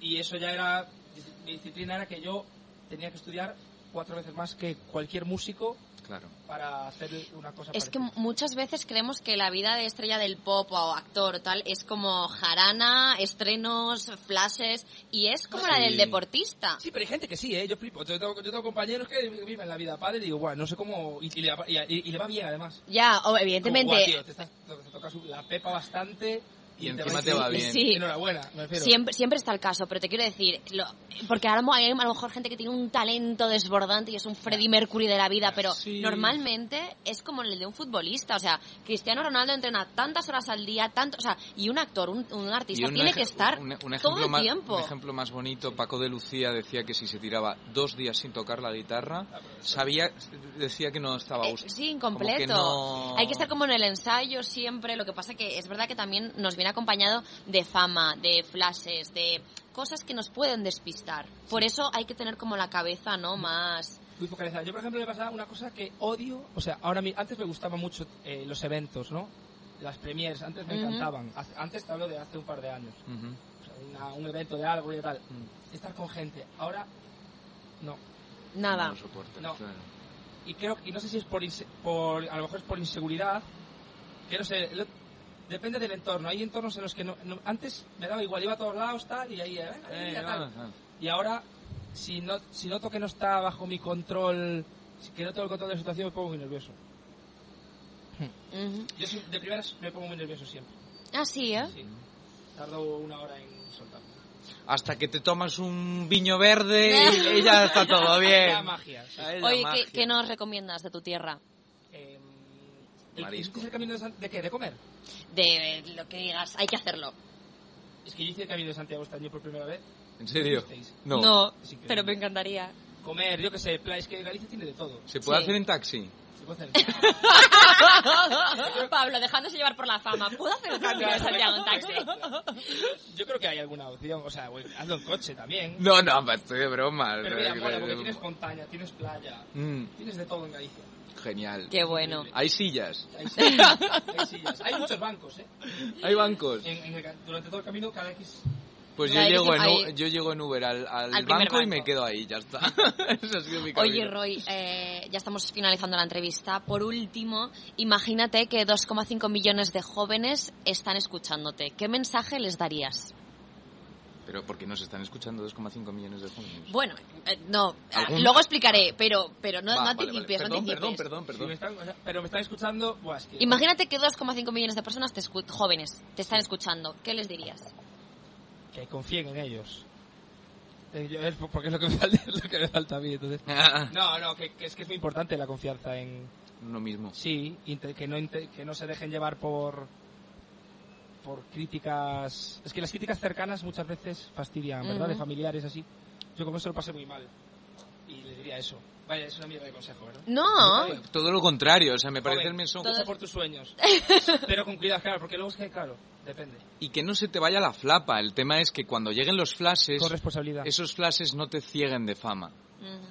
[SPEAKER 5] Y eso ya era, dis- mi disciplina era que yo tenía que estudiar cuatro veces más que cualquier músico
[SPEAKER 3] Claro.
[SPEAKER 5] para hacer una cosa
[SPEAKER 4] Es que
[SPEAKER 5] parecida.
[SPEAKER 4] muchas veces creemos que la vida de estrella del pop o actor o tal es como jarana, estrenos, flashes y es como la
[SPEAKER 3] Sí.
[SPEAKER 4] del deportista.
[SPEAKER 5] Sí, pero hay gente que sí, ¿eh? Yo flipo. Yo tengo, yo tengo compañeros que viven la vida padre y digo, guau, no sé cómo... Y, y le, va- y- y le va bien, además.
[SPEAKER 4] Ya, o
[SPEAKER 5] Como,
[SPEAKER 4] evidentemente
[SPEAKER 5] "Guau, tío, te, estás- te tocas la pepa bastante...
[SPEAKER 3] Y encima te va bien.
[SPEAKER 4] Sí.
[SPEAKER 5] Enhorabuena, me refiero.
[SPEAKER 4] siempre siempre está el caso, pero te quiero decir, lo- porque ahora mo- hay a lo mejor gente que tiene un talento desbordante y es un Freddie Mercury de la vida, pero
[SPEAKER 3] Sí.
[SPEAKER 4] normalmente es como el de un futbolista, o sea, Cristiano Ronaldo entrena tantas horas al día, tanto, o sea, y un actor, un, un
[SPEAKER 3] Y
[SPEAKER 4] artista
[SPEAKER 3] un
[SPEAKER 4] tiene
[SPEAKER 3] ej-
[SPEAKER 4] que estar
[SPEAKER 3] un- un ejemplo
[SPEAKER 4] todo el
[SPEAKER 3] más-
[SPEAKER 4] tiempo.
[SPEAKER 3] Un ejemplo más bonito, Paco de Lucía decía que si se tiraba dos días sin tocar la guitarra, sabía, decía que no estaba a
[SPEAKER 4] Eh,
[SPEAKER 3] gusto.
[SPEAKER 4] sí,
[SPEAKER 3] Como que
[SPEAKER 4] incompleto.
[SPEAKER 3] no-
[SPEAKER 4] Hay que estar como en el ensayo siempre. Lo que pasa que es verdad que también nos viene acompañado de fama, de flashes, de cosas que nos pueden despistar. Por eso hay que tener como la cabeza, ¿no? Más.
[SPEAKER 5] muy focalizada. Yo, por ejemplo, me pasaba una cosa que odio, o sea, ahora mi- antes me gustaban mucho eh, los eventos, ¿no? Las premiers, antes me
[SPEAKER 4] Ujú.
[SPEAKER 5] encantaban. Hace- Antes te hablo de hace un par de años.
[SPEAKER 4] Eh,
[SPEAKER 3] Ujú.
[SPEAKER 5] O sea, una- un evento de algo y tal. Estar con gente. Ahora, no.
[SPEAKER 4] Nada.
[SPEAKER 3] No lo soporta,
[SPEAKER 5] No.
[SPEAKER 3] claro.
[SPEAKER 5] Y creo y no sé si es por, inse- por a lo mejor es por inseguridad, que no sé, lo- depende del entorno. Hay entornos en los que no, no- antes me daba igual, iba a todos lados, tal, y ahí, eh, venga,
[SPEAKER 3] Eh,
[SPEAKER 5] venga, tal.
[SPEAKER 3] ah, ah.
[SPEAKER 5] Y ahora, si, no, si noto que no está bajo mi control, si que no tengo el control de la situación, me pongo muy nervioso.
[SPEAKER 4] Ujú.
[SPEAKER 5] Yo soy- de primeras me pongo muy nervioso siempre.
[SPEAKER 4] Ah, sí, ¿eh?
[SPEAKER 5] Sí. Tardo una hora en soltarme.
[SPEAKER 3] Hasta que te tomas un viño verde y, y ya está todo bien.
[SPEAKER 5] La magia. sí.
[SPEAKER 3] Ahí la
[SPEAKER 4] Oye,
[SPEAKER 3] magia.
[SPEAKER 4] ¿qué, qué nos recomiendas de tu tierra?
[SPEAKER 5] Eh, el-
[SPEAKER 3] Marisco.
[SPEAKER 5] ¿hiciste el camino de, San- de qué? ¿De comer?
[SPEAKER 4] De eh, lo que digas, hay que hacerlo.
[SPEAKER 5] Es que yo hice el camino de Santiago este año por primera vez.
[SPEAKER 3] ¿En serio? No.
[SPEAKER 5] Es increíble.
[SPEAKER 4] pero me encantaría.
[SPEAKER 5] Comer, yo qué sé, pla- es que Galicia tiene de todo.
[SPEAKER 3] ¿Se puede
[SPEAKER 4] Sí.
[SPEAKER 3] hacer en taxi?
[SPEAKER 5] Se puede hacer.
[SPEAKER 4] Pablo, dejándose llevar por la fama, ¿puedo hacer un cambio de Santiago en taxi?
[SPEAKER 5] Yo creo que hay alguna opción. O sea, güey, hazlo en coche también.
[SPEAKER 3] No, no, pa, estoy de broma.
[SPEAKER 5] Pero mira, mola, porque tienes montaña, tienes playa,
[SPEAKER 3] Mm,
[SPEAKER 5] tienes de todo en Galicia.
[SPEAKER 3] genial.
[SPEAKER 4] Qué bueno.
[SPEAKER 3] Hay sillas,
[SPEAKER 5] Hay sillas, hay sillas. Hay muchos bancos, ¿eh?
[SPEAKER 3] hay bancos.
[SPEAKER 5] En- en el ca- durante todo el camino, cada X.
[SPEAKER 3] Pues yo
[SPEAKER 4] Hay-
[SPEAKER 3] llego, en, U-
[SPEAKER 4] hay-
[SPEAKER 3] yo llego en Uber al, al
[SPEAKER 4] Al primer
[SPEAKER 3] banco, y me
[SPEAKER 4] banco.
[SPEAKER 3] quedo ahí, ya está. Ese ha sido mi
[SPEAKER 4] Oye,
[SPEAKER 3] camino.
[SPEAKER 4] Roy, eh, ya estamos finalizando la entrevista. Por último, imagínate que 2,5 millones de jóvenes están escuchándote. ¿Qué mensaje les darías?
[SPEAKER 3] Pero porque nos están escuchando 2,5 millones de jóvenes.
[SPEAKER 4] Bueno, eh, no, ah,
[SPEAKER 3] ¿Algún?
[SPEAKER 4] luego explicaré, pero, pero no,
[SPEAKER 3] Va,
[SPEAKER 4] no
[SPEAKER 3] vale, vale.
[SPEAKER 4] anticipes, no
[SPEAKER 3] Perdón,
[SPEAKER 4] anticipes.
[SPEAKER 3] perdón, perdón,
[SPEAKER 5] Si me
[SPEAKER 3] perdón.
[SPEAKER 5] están- o sea, pero me están escuchando. Buah, es que-
[SPEAKER 4] Imagínate que 2,5 millones de personas te escu- jóvenes te están escuchando. ¿Qué les dirías?
[SPEAKER 5] Que confíen en ellos. Eh, yo- es porque es lo que me falta, es lo que me falta a mí, entonces. No, no, que, que es que es muy importante la confianza en.
[SPEAKER 3] Uno mismo.
[SPEAKER 5] Sí, inte- que no, inte- que no se dejen llevar por. por críticas. Es que las críticas cercanas muchas veces fastidian, ¿verdad? De
[SPEAKER 4] Ujú.
[SPEAKER 5] familiares así. Yo como eso lo pasé muy mal. Y le diría eso. Vaya, es una mierda de consejo, ¿verdad?
[SPEAKER 4] No,
[SPEAKER 3] Todo lo contrario, o sea, me parece
[SPEAKER 5] Joven,
[SPEAKER 3] el mensaje.
[SPEAKER 5] lucha por tus sueños. Pero con cuidado, claro, porque luego es que, claro, depende.
[SPEAKER 3] Y que no se te vaya la flapa. El tema es que cuando lleguen los flashes,
[SPEAKER 5] Con responsabilidad.
[SPEAKER 3] esos flashes no te cieguen de fama.
[SPEAKER 4] Ujú.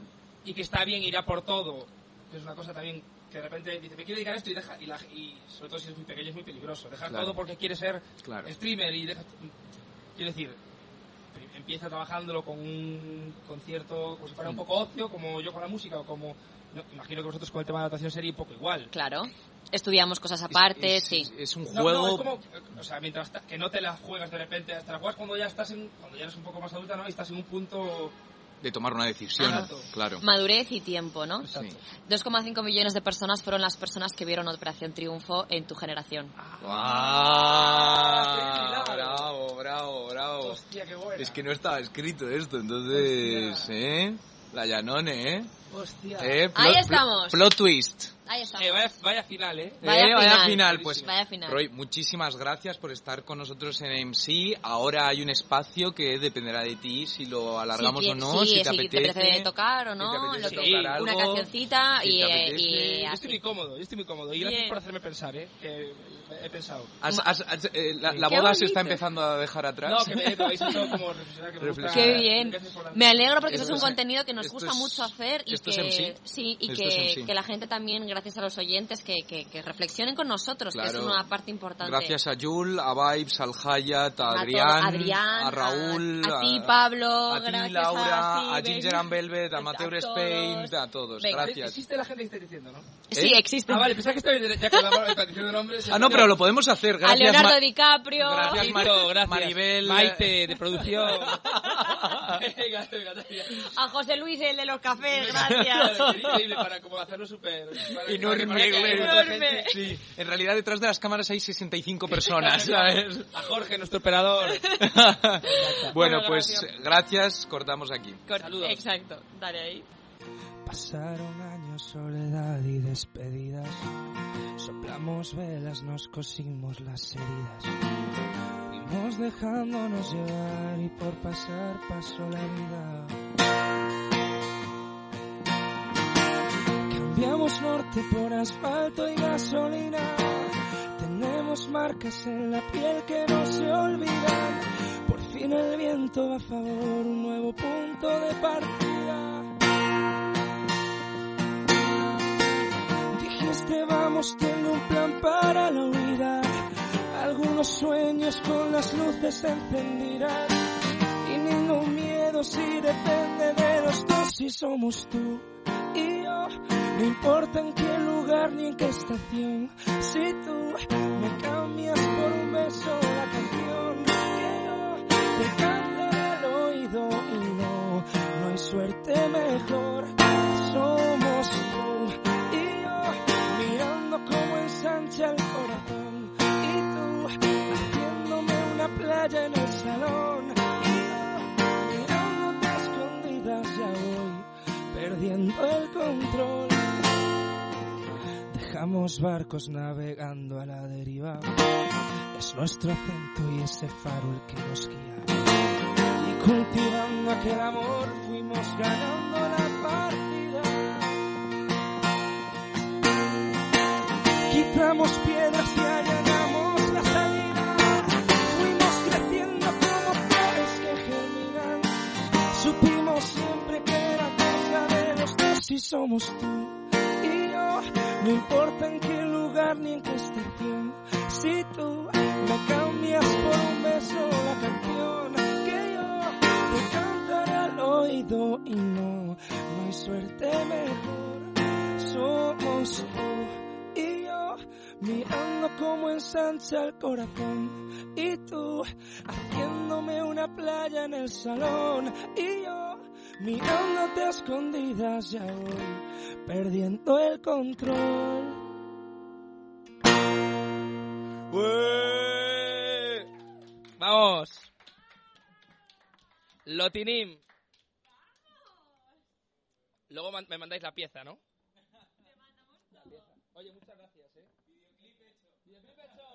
[SPEAKER 5] y que está bien ir a por todo. que Es una cosa también que de repente dice, me quiero dedicar a esto y deja, y, la- y sobre todo si es muy pequeño es muy peligroso. Dejar
[SPEAKER 3] Claro.
[SPEAKER 5] todo porque quiere ser
[SPEAKER 3] Claro.
[SPEAKER 5] streamer y deja... Quiero decir, pri- empieza trabajándolo con un concierto como si fuera un
[SPEAKER 3] Mm.
[SPEAKER 5] poco ocio, como yo con la música o como... no, imagino que vosotros con el tema de la natación sería un poco igual.
[SPEAKER 4] claro. Estudiamos cosas aparte,
[SPEAKER 3] es,
[SPEAKER 4] sí.
[SPEAKER 3] es- es un
[SPEAKER 5] No,
[SPEAKER 3] juego.
[SPEAKER 5] no, es como, o sea, mientras ta- que no te la juegas de repente, hasta la juegas cuando ya estás en, cuando ya eres un poco más adulta, ¿no? Y estás en un punto...
[SPEAKER 3] de tomar una decisión,
[SPEAKER 5] Ajá.
[SPEAKER 3] claro.
[SPEAKER 4] Madurez y tiempo, ¿no?
[SPEAKER 3] Sí.
[SPEAKER 5] Exacto.
[SPEAKER 4] 2,5 millones de personas fueron las personas que vieron Operación Triunfo en tu generación.
[SPEAKER 3] ¡Ah!
[SPEAKER 5] qué milagro.
[SPEAKER 3] bravo, bravo, bravo.
[SPEAKER 5] Hostia, qué buena.
[SPEAKER 3] Es que no estaba escrito esto, entonces,
[SPEAKER 5] Hostia.
[SPEAKER 3] ¿eh? La Llanone, ¿eh?
[SPEAKER 5] Hostia.
[SPEAKER 3] ¿Eh?
[SPEAKER 4] Ahí
[SPEAKER 3] Plot-
[SPEAKER 4] estamos.
[SPEAKER 3] Plot twist.
[SPEAKER 4] Ahí está.
[SPEAKER 5] Eh, vaya, vaya final, ¿eh?
[SPEAKER 4] Vaya
[SPEAKER 3] Eh, vaya
[SPEAKER 4] final.
[SPEAKER 3] final, pues.
[SPEAKER 4] Vaya final.
[SPEAKER 3] Roy, muchísimas gracias por estar con nosotros en MC. Ahora hay un espacio que dependerá de ti si lo alargamos
[SPEAKER 4] qui-
[SPEAKER 3] o no,
[SPEAKER 4] sí,
[SPEAKER 3] si te
[SPEAKER 4] si
[SPEAKER 3] apetece.
[SPEAKER 4] te apetece tocar o
[SPEAKER 3] si
[SPEAKER 4] no,
[SPEAKER 3] te apetece
[SPEAKER 5] lo que-
[SPEAKER 3] tocar algo,
[SPEAKER 4] Una cancioncita
[SPEAKER 3] si
[SPEAKER 4] y,
[SPEAKER 3] te
[SPEAKER 4] eh,
[SPEAKER 3] apetece.
[SPEAKER 4] y
[SPEAKER 5] Yo
[SPEAKER 4] así.
[SPEAKER 5] estoy muy cómodo, yo estoy muy cómodo. Y gracias
[SPEAKER 4] Bien.
[SPEAKER 5] por hacerme pensar, ¿eh? Que he pensado.
[SPEAKER 3] Has- has- has- eh, la, la
[SPEAKER 4] Qué
[SPEAKER 3] boda se
[SPEAKER 4] bonito.
[SPEAKER 3] está empezando a dejar atrás.
[SPEAKER 5] No, que me, me habéis hecho como reflexionar que me gusta.
[SPEAKER 3] Reflexionar.
[SPEAKER 4] Qué bien.
[SPEAKER 5] Gracias por la-
[SPEAKER 4] Me alegro porque
[SPEAKER 3] Esto
[SPEAKER 4] eso es
[SPEAKER 3] es-
[SPEAKER 4] un
[SPEAKER 3] em,
[SPEAKER 4] contenido que nos
[SPEAKER 3] esto
[SPEAKER 4] gusta
[SPEAKER 3] es-
[SPEAKER 4] mucho hacer y
[SPEAKER 3] esto es
[SPEAKER 4] que
[SPEAKER 3] MC.
[SPEAKER 4] sí y
[SPEAKER 3] Esto es em
[SPEAKER 4] que,
[SPEAKER 3] MC.
[SPEAKER 4] que la gente también, gracias a los oyentes, que, que, que reflexionen con nosotros, que
[SPEAKER 3] Claro.
[SPEAKER 4] es una parte importante.
[SPEAKER 3] Gracias a Jul, a Vibes, al Hayat, a,
[SPEAKER 4] todo-
[SPEAKER 3] Adrián,
[SPEAKER 4] Adrián,
[SPEAKER 3] a Raúl,
[SPEAKER 4] a, a ti, Pablo,
[SPEAKER 3] a ti,
[SPEAKER 4] gracias
[SPEAKER 3] Laura,
[SPEAKER 4] a,
[SPEAKER 3] a Ginger and Velvet, a Amateur
[SPEAKER 4] todos.
[SPEAKER 3] Spain, a todos.
[SPEAKER 4] Venga.
[SPEAKER 3] Gracias.
[SPEAKER 5] Existe la gente que está diciendo, ¿no?
[SPEAKER 4] Sí,
[SPEAKER 3] ¿Eh?
[SPEAKER 4] existe.
[SPEAKER 5] Ah, vale, pensaba que estaba bien, ya que hablaba de diciendo nombres.
[SPEAKER 3] Ah, no, pero lo podemos hacer.
[SPEAKER 4] a
[SPEAKER 3] Gracias,
[SPEAKER 4] Leonardo
[SPEAKER 3] Ma-
[SPEAKER 4] DiCaprio.
[SPEAKER 3] Gracias,
[SPEAKER 5] Tito,
[SPEAKER 3] Mari-
[SPEAKER 5] gracias.
[SPEAKER 3] Maribel.
[SPEAKER 5] Maite, de producción. venga, venga, venga.
[SPEAKER 4] A José Luis, el de los cafés,
[SPEAKER 5] Claro,
[SPEAKER 4] gracias.
[SPEAKER 5] es increíble para como hacerlo súper... para- para
[SPEAKER 3] Enorme,
[SPEAKER 5] que-
[SPEAKER 3] güey.
[SPEAKER 5] para que-
[SPEAKER 4] Enorme.
[SPEAKER 3] Sí, en realidad detrás de las cámaras hay 65 personas, ¿sabes?
[SPEAKER 5] A Jorge, nuestro operador.
[SPEAKER 3] Bueno,
[SPEAKER 4] Bueno,
[SPEAKER 3] pues gracias, cortamos aquí.
[SPEAKER 4] Cor-
[SPEAKER 5] Saludos.
[SPEAKER 4] Exacto, dale ahí.
[SPEAKER 6] Pasaron años, soledad y despedidas. Soplamos velas, nos cosimos las heridas. Fuimos dejándonos llevar y por pasar pasó la vida. Cambiamos norte por asfalto y gasolina. Tenemos marcas en la piel que no se olvidan. Por fin el viento va a favor, un nuevo punto de partida. Dijiste vamos, tengo un plan para la huida. Algunos sueños con las luces encendidas. Y ningún miedo si depende de los dos si somos tú y yo. No importa en qué lugar ni en qué estación. Si tú me cambias por un beso la canción que yo te cantaré al oído y no, no hay suerte mejor. Somos tú y yo mirando cómo ensancha el corazón y tú haciéndome una playa en el salón y yo mirándote a escondidas ya voy perdiendo el control dejamos barcos navegando a la deriva es nuestro acento y ese farol que nos guía y cultivando aquel amor fuimos ganando la partida Quitamos piedras y allanamos la salida. Fuimos creciendo somos tú y yo. No importa en qué lugar ni en qué estación. Si tú me cambias por un beso la canción que yo te cantaré al oído y no, no hay suerte mejor. Somos tú y yo. Mirando como ensancha el corazón y tú haciéndome una playa en el salón y yo mirándote a escondidas ya voy perdiendo el control.
[SPEAKER 5] ¡Ué! Vamos. Lotinim. Luego man- me mandáis la pieza, ¿no? Oye, muchas gracias, ¿eh? Videoclip hecho.